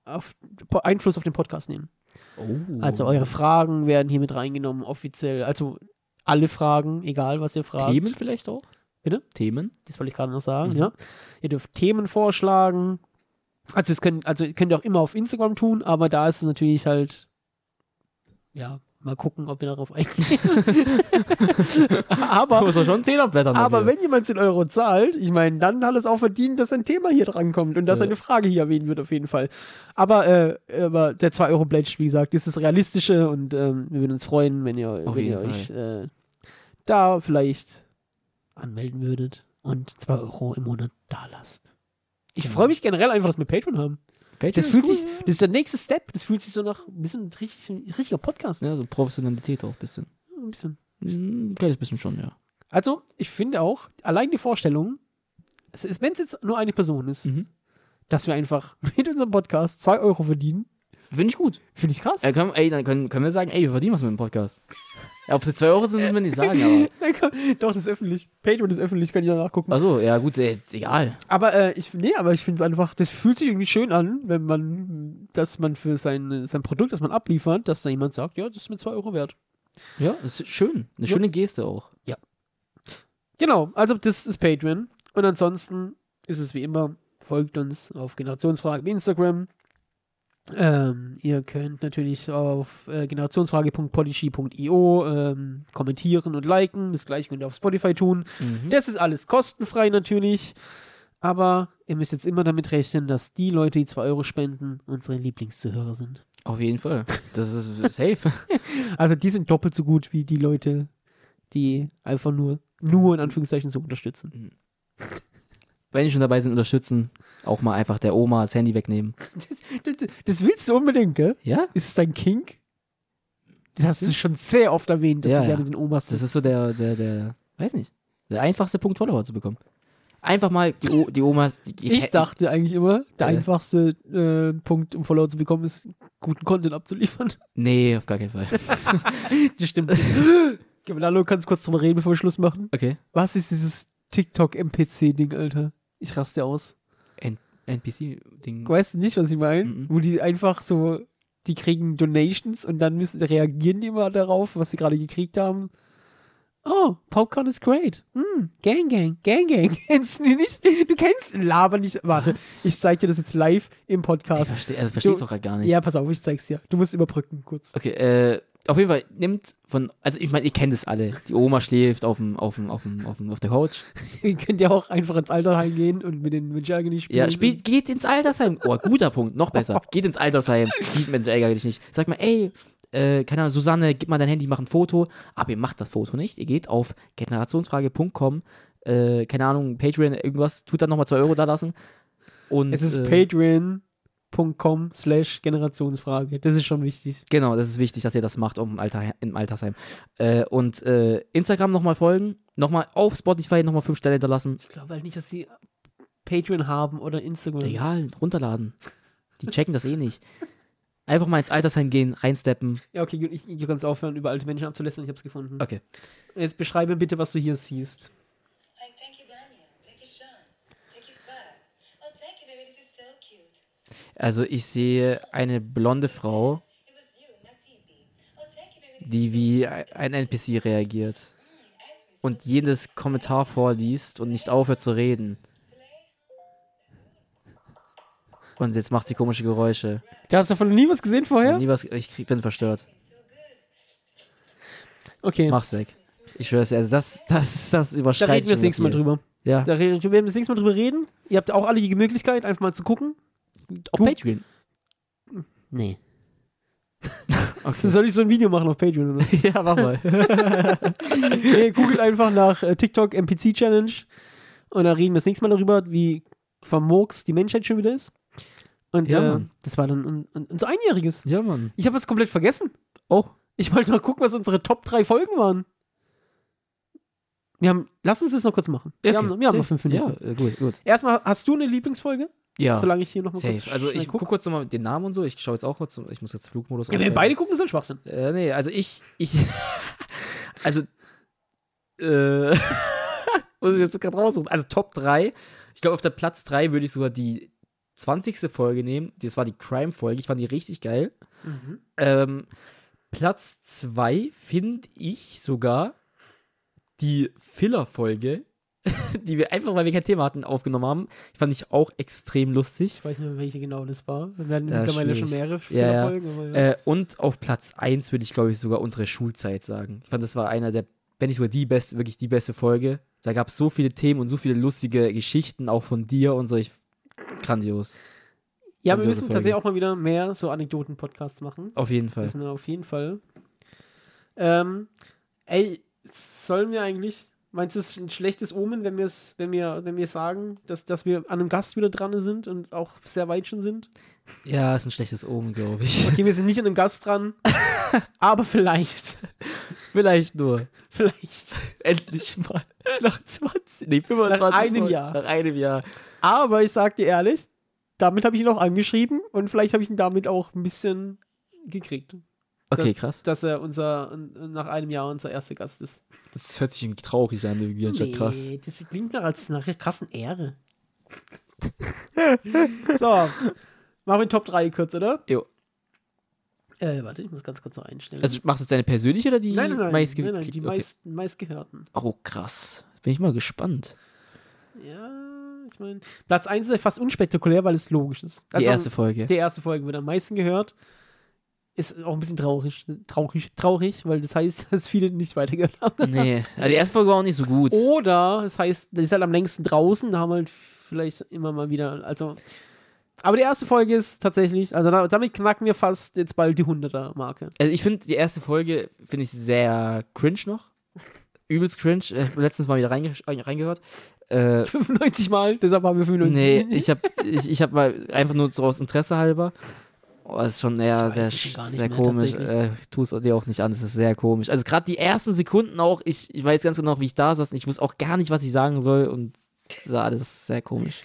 auf, po- Einfluss auf den Podcast nehmen. oh. Also eure Fragen werden hier mit reingenommen, offiziell. Also alle Fragen, egal was ihr fragt. Themen vielleicht auch? Bitte? Themen? Das wollte ich gerade noch sagen, Mhm. ja. Ihr dürft Themen vorschlagen. Also, das könnt, also könnt ihr auch immer auf Instagram tun, aber da ist es natürlich halt, ja, mal gucken, ob wir darauf eingehen. Da aber muss man schon 10 abblättern. aber dafür. wenn jemand 10 Euro zahlt, ich meine, dann hat es auch verdient, dass ein Thema hier drankommt und dass Ja. eine Frage hier erwähnt wird, auf jeden Fall. Aber, äh, aber der 2 Euro Pledge, wie gesagt, ist das Realistische und ähm, wir würden uns freuen, wenn ihr, Auf wenn ihr jeden euch äh, da vielleicht anmelden würdet und 2 Euro im Monat da lasst. Ich Genau. freue mich generell einfach, dass wir Patreon haben. Patreon Das ist fühlt cool, sich, das ist der nächste Step. Das fühlt sich so nach ein bisschen richtig, richtiger Podcast. ne? Ja, so Professionalität auch ein bisschen. Ein bisschen. Ein kleines bisschen schon, ja. Also, ich finde auch, allein die Vorstellung, es ist, wenn es jetzt nur eine Person ist, Mhm. dass wir einfach mit unserem Podcast 2 Euro verdienen, Finde ich gut. finde ich krass. Äh, können, ey, dann können, können wir sagen, ey, wir verdienen was mit dem Podcast. Ja, Ob es jetzt 2 Euro sind, müssen wir nicht sagen, aber. Na komm, Doch, das ist öffentlich. Patreon ist öffentlich, kann jeder nachgucken. Achso, ja, gut, ey, ist egal. Aber äh, ich, nee, aber ich finde es einfach, das fühlt sich irgendwie schön an, wenn man, dass man für sein, sein Produkt, das man abliefert, dass da jemand sagt, ja, das ist mir 2 Euro wert. Ja, das ist schön. Eine Ja. schöne Geste auch. Genau, also das ist Patreon. Und ansonsten ist es wie immer, folgt uns auf Generationsfrage auf Instagram. Ähm, ihr könnt natürlich auf äh, generationsfrage.podigy.io ähm, kommentieren und liken. Das gleiche könnt ihr auf Spotify tun. Mhm. Das ist alles kostenfrei natürlich. Aber ihr müsst jetzt immer damit rechnen, dass die Leute, die 2 Euro spenden, unsere Lieblingszuhörer sind. Auf jeden Fall. Das ist safe. Also die sind doppelt so gut wie die Leute, die einfach nur, nur in Anführungszeichen so unterstützen. wenn die schon dabei sind, unterstützen. Auch mal einfach der Oma das Handy wegnehmen. Das, das, das willst du unbedingt, gell? Ja? Ist es dein Kink? Das hast du schon sehr oft erwähnt, dass Ja, du gerne ja. den Omas Das ist so der, der, der, weiß nicht, der einfachste Punkt, Follower zu bekommen. Einfach mal die, o die Omas. Die, die- Ich dachte eigentlich immer, der Äh. einfachste äh, Punkt, um Follower zu bekommen, ist, guten Content abzuliefern. Nee, auf gar keinen Fall. Das stimmt. Gabrielalo, kannst du kurz drüber reden, bevor wir Schluss machen? Okay. Was ist dieses TikTok-MPC-Ding, Alter? Ich raste aus. NPC-Ding. Weißt du nicht, was ich meine? Mhm. Wo die einfach so, die kriegen Donations und dann müssen reagieren die immer darauf, was sie gerade gekriegt haben. Oh, Popcorn is great. Mm, gang, gang, gang, gang. Kennst du die nicht? Du kennst Laber nicht. Warte, ich zeig dir das jetzt live im Ich Podcast. verstehe also versteh's auch gerade gar nicht. Ja, pass auf, ich zeig's dir. Du musst überbrücken, kurz. Okay, äh, auf jeden Fall nimmt von, also ich meine, ihr kennt es alle. Die Oma schläft auf dem, auf dem, auf dem, auf dem, auf der Couch. Ihr könnt ja auch einfach ins Alterheim gehen und mit den Münchern nicht spielen. Ja, spielt, geht ins Altersheim. Oh, guter Punkt, noch besser. Geht ins Altersheim. Sieht Mensch ärgerlich nicht. Sag mal, ey, äh, keine Ahnung, Susanne, gib mal dein Handy, mach ein Foto. Aber ihr macht das Foto nicht. Ihr geht auf generationsfrage.com, äh, keine Ahnung, Patreon, irgendwas, tut dann nochmal 2 Euro da lassen. Und, Es ist äh, patreon.com slash Generationsfrage. Das ist schon wichtig. Genau, das ist wichtig, dass ihr das macht um Alter, im Altersheim. Äh, und äh, Instagram nochmal folgen, nochmal auf Spotify nochmal 5 Sterne hinterlassen. Ich glaube halt nicht, dass sie Patreon haben oder Instagram. Egal, runterladen. Die checken das eh nicht. Einfach mal ins Altersheim gehen, reinsteppen. Ja, okay, gut, ich, ich kann es aufhören, über alte Menschen abzulästern. Ich hab's gefunden. Okay. Jetzt beschreibe bitte, was du hier siehst. Like, thank you, Daniel. Thank you, Sean. Thank you, Fab. Oh, thank you, baby. This is so cute. Also ich sehe eine blonde Frau, It was you, not TB. Oh, thank you, baby. This die wie ein NPC reagiert und jedes Kommentar vorliest und nicht aufhört zu reden. Und jetzt macht sie komische Geräusche. Da hast du davon noch nie was gesehen vorher? Nie was, ich krieg, bin verstört. Okay, Mach's weg. Ich schwör's, dir, also das, das, das da überschreitet reden wir das schon nächste Mal viel. drüber. Ja, Da reden wir werden das nächste Mal drüber reden. Ihr habt auch alle die Möglichkeit, einfach mal zu gucken. auf du- Patreon. Nee. Okay. Soll ich so ein Video machen auf Patreon oder? ja, mach mal. nee, googelt einfach nach äh, TikTok MPC Challenge und dann reden wir das nächste Mal darüber, wie vermurks die Menschheit schon wieder ist. Und Ja, äh, Mann. das war dann un un unser Einjähriges. Ja, Mann. Ich habe was komplett vergessen. Oh, Ich wollte noch gucken, was unsere Top 3 Folgen waren. Wir haben, lass uns das noch kurz machen. Wir okay. haben, noch- wir haben noch fünf Minuten. Ja, äh, gut, gut. Erstmal, hast du eine Lieblingsfolge? Ja. Solange ich hier nochmal kurz. Safe. Also schnell ich guck also kurz nochmal den Namen und so. Ich schaue jetzt auch kurz. Ich muss jetzt Flugmodus Ja, wenn wir einstellen. beide gucken, ist ein Schwachsinn. Äh, nee, also ich, ich, also, äh, muss ich jetzt gerade raussuchen. Also Top 3. Ich glaube, auf der Platz 3 würde ich sogar die 20. Folge nehmen. Das war die Crime-Folge. Ich fand die richtig geil. Mhm. Ähm, Platz 2 finde ich sogar die Filler-Folge, die wir einfach, weil wir kein Thema hatten, aufgenommen haben. Die fand ich auch extrem lustig. Ich weiß nicht mehr, welche genau das war. Wir hatten Ja, mittlerweile schon mehrere schwierig. Ja, ja. Folgen. aber ja. Äh, und auf Platz 1 würde ich, glaube ich, sogar unsere Schulzeit sagen. Ich fand, das war einer der, wenn nicht sogar die beste, wirklich die beste Folge. Da gab es so viele Themen und so viele lustige Geschichten, auch von dir und so. Ich, grandios. Ja, wir Grandiose müssen Folge. tatsächlich auch mal wieder mehr so Anekdoten-Podcasts machen. Auf jeden Fall. Das mir auf jeden Fall. Ähm, ey, sollen wir eigentlich. Meinst du, es ist ein schlechtes Omen, wenn, wir's, wenn, wir, wenn wir sagen, dass, dass wir an einem Gast wieder dran sind und auch sehr weit schon sind? Ja, ist ein schlechtes Omen, glaube ich. Okay, wir sind nicht an einem Gast dran, aber vielleicht. Vielleicht nur. Vielleicht. Endlich mal. Nach 20, nee, 25 Nach einem Folgen. Jahr. Nach einem Jahr. Aber ich sag dir ehrlich, damit habe ich ihn auch angeschrieben und vielleicht habe ich ihn damit auch ein bisschen gekriegt, Okay, krass. dass er unser nach einem Jahr unser erster Gast ist. Das hört sich irgendwie traurig an, irgendwie anstatt krass. Nee, das klingt nach als nach einer krassen Ehre. so, machen wir Top 3 kurz, oder? Jo. Äh, warte, ich muss ganz kurz noch einstellen. Also machst du jetzt deine persönliche oder die nein, nein, nein, meistge- nein, nein, die okay. meisten, meistgehörten. Oh, krass. Bin ich mal gespannt. Ja, ich meine, Platz 1 ist ja fast unspektakulär, weil es logisch ist. Die Also, erste Folge. Die erste Folge wird am meisten gehört. Ist auch ein bisschen traurig, traurig, traurig, weil das heißt, dass viele nicht weitergehört haben. Nee, also die erste Folge war auch nicht so gut. Oh. Oder es heißt, das ist halt am längsten draußen, da haben wir halt vielleicht immer mal wieder, also. Aber die erste Folge ist tatsächlich, also da, damit knacken wir fast jetzt bald die 100er-Marke. Also ich finde die erste Folge finde ich sehr cringe noch. Übelst cringe. Ich hab letztens mal wieder reinge reingehört. Äh, 95 Mal, deshalb haben wir 95. nee, ich habe ich, ich hab mal einfach nur so aus Interesse halber. Oh, das ist schon eher Ich sehr, weiß es schon gar nicht sehr mehr, komisch. Äh, tatsächlich. tu es dir auch nicht an, das ist sehr komisch. Also gerade die ersten Sekunden auch, ich, ich weiß ganz genau, noch, wie ich da saß. und Ich wusste auch gar nicht, was ich sagen soll und sah alles sehr komisch.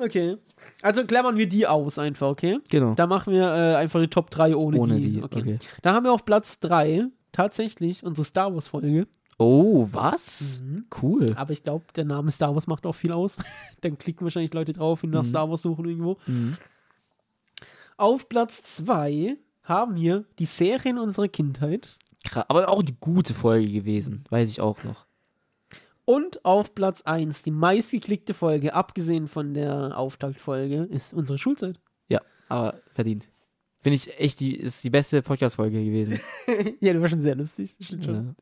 Okay. Also klammern wir die aus einfach, okay? Genau. Da machen wir äh, einfach die Top 3 ohne, Ohne die. die, okay. Dann haben wir auf Platz 3 tatsächlich unsere Star Wars Folge. Oh, was? Mhm. Cool. Aber ich glaube, der Name Star Wars macht auch viel aus. Dann klicken wahrscheinlich Leute drauf und nach Star Wars suchen irgendwo. Mhm. Auf Platz 2 haben wir die Serien unserer Kindheit. Kra- Aber auch eine gute Folge gewesen, weiß ich auch noch. Und auf Platz 1, die meistgeklickte Folge, abgesehen von der Auftaktfolge, ist unsere Schulzeit. Ja, aber verdient. Finde ich echt, die ist die beste Podcast-Folge gewesen. ja, die war schon sehr lustig. das stimmt ja. schon.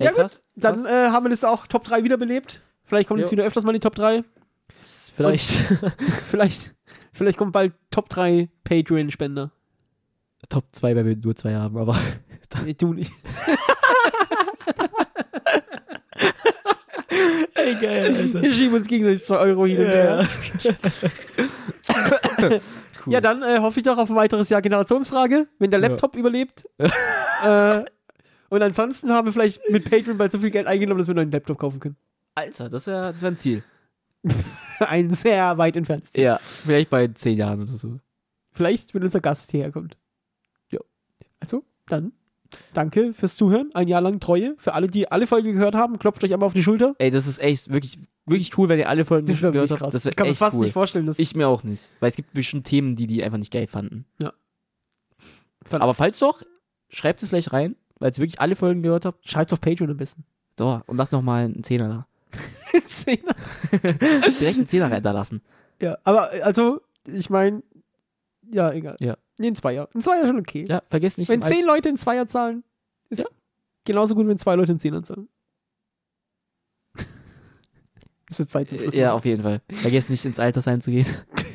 Ey, ja, krass, gut, dann krass. äh, haben wir das auch Top 3 wiederbelebt. Vielleicht kommt Jo. jetzt wieder öfters mal die Top 3. Vielleicht Vielleicht, vielleicht kommt bald Top 3 Patreon-Spender. Top 2, weil wir nur zwei haben, aber Nee, du nicht. geil, Wir schieben uns gegenseitig 2 Euro hin und her. Cool. Ja, dann äh, hoffe ich doch auf ein weiteres Jahr Generationsfrage, wenn der Ja. Laptop überlebt. äh, und ansonsten haben wir vielleicht mit Patreon bald so viel Geld eingenommen, dass wir einen neuen Laptop kaufen können. Alter, das wäre das wär ein Ziel. Ein sehr weit entferntes. Ziel. Ja, vielleicht bei zehn Jahren oder so. Vielleicht, wenn unser Gast hierher kommt. Ja. Also, dann danke fürs Zuhören. Ein Jahr lang Treue. Für alle, die alle Folgen gehört haben, klopft euch einmal auf die Schulter. Ey, das ist echt wirklich, wirklich cool, wenn ihr alle Folgen Das wäre gehört wirklich habt. krass. Das wäre ich kann mir echt fast cool. nicht vorstellen, dass Ich mir auch nicht, weil es gibt bestimmt Themen, die die einfach nicht geil fanden. Ja. Fand- Aber falls doch, schreibt es vielleicht rein, weil ihr wirklich alle Folgen gehört habt. Schreibt's auf Patreon am besten. So, und lass nochmal einen Zehner da. Zehner. Direkt einen Zehner hinterlassen. ja, aber äh, also, ich meine, ja, egal. Ja. Nee, in zwei Jahren. In zwei Jahren schon okay. Ja, vergesst nicht. wenn im Al- zehn Leute in Zweier zahlen, ist Ja. genauso gut, wenn zwei Leute in Zehnern zahlen. Es wird Zeit zum Schluss. Äh, Ja, auf jeden Fall. Vergesst nicht, ins Altersheim zu gehen.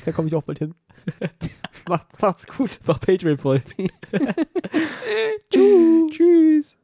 Da komme ich auch bald hin. Macht, macht's gut. Mach Patreon voll. Tschüss.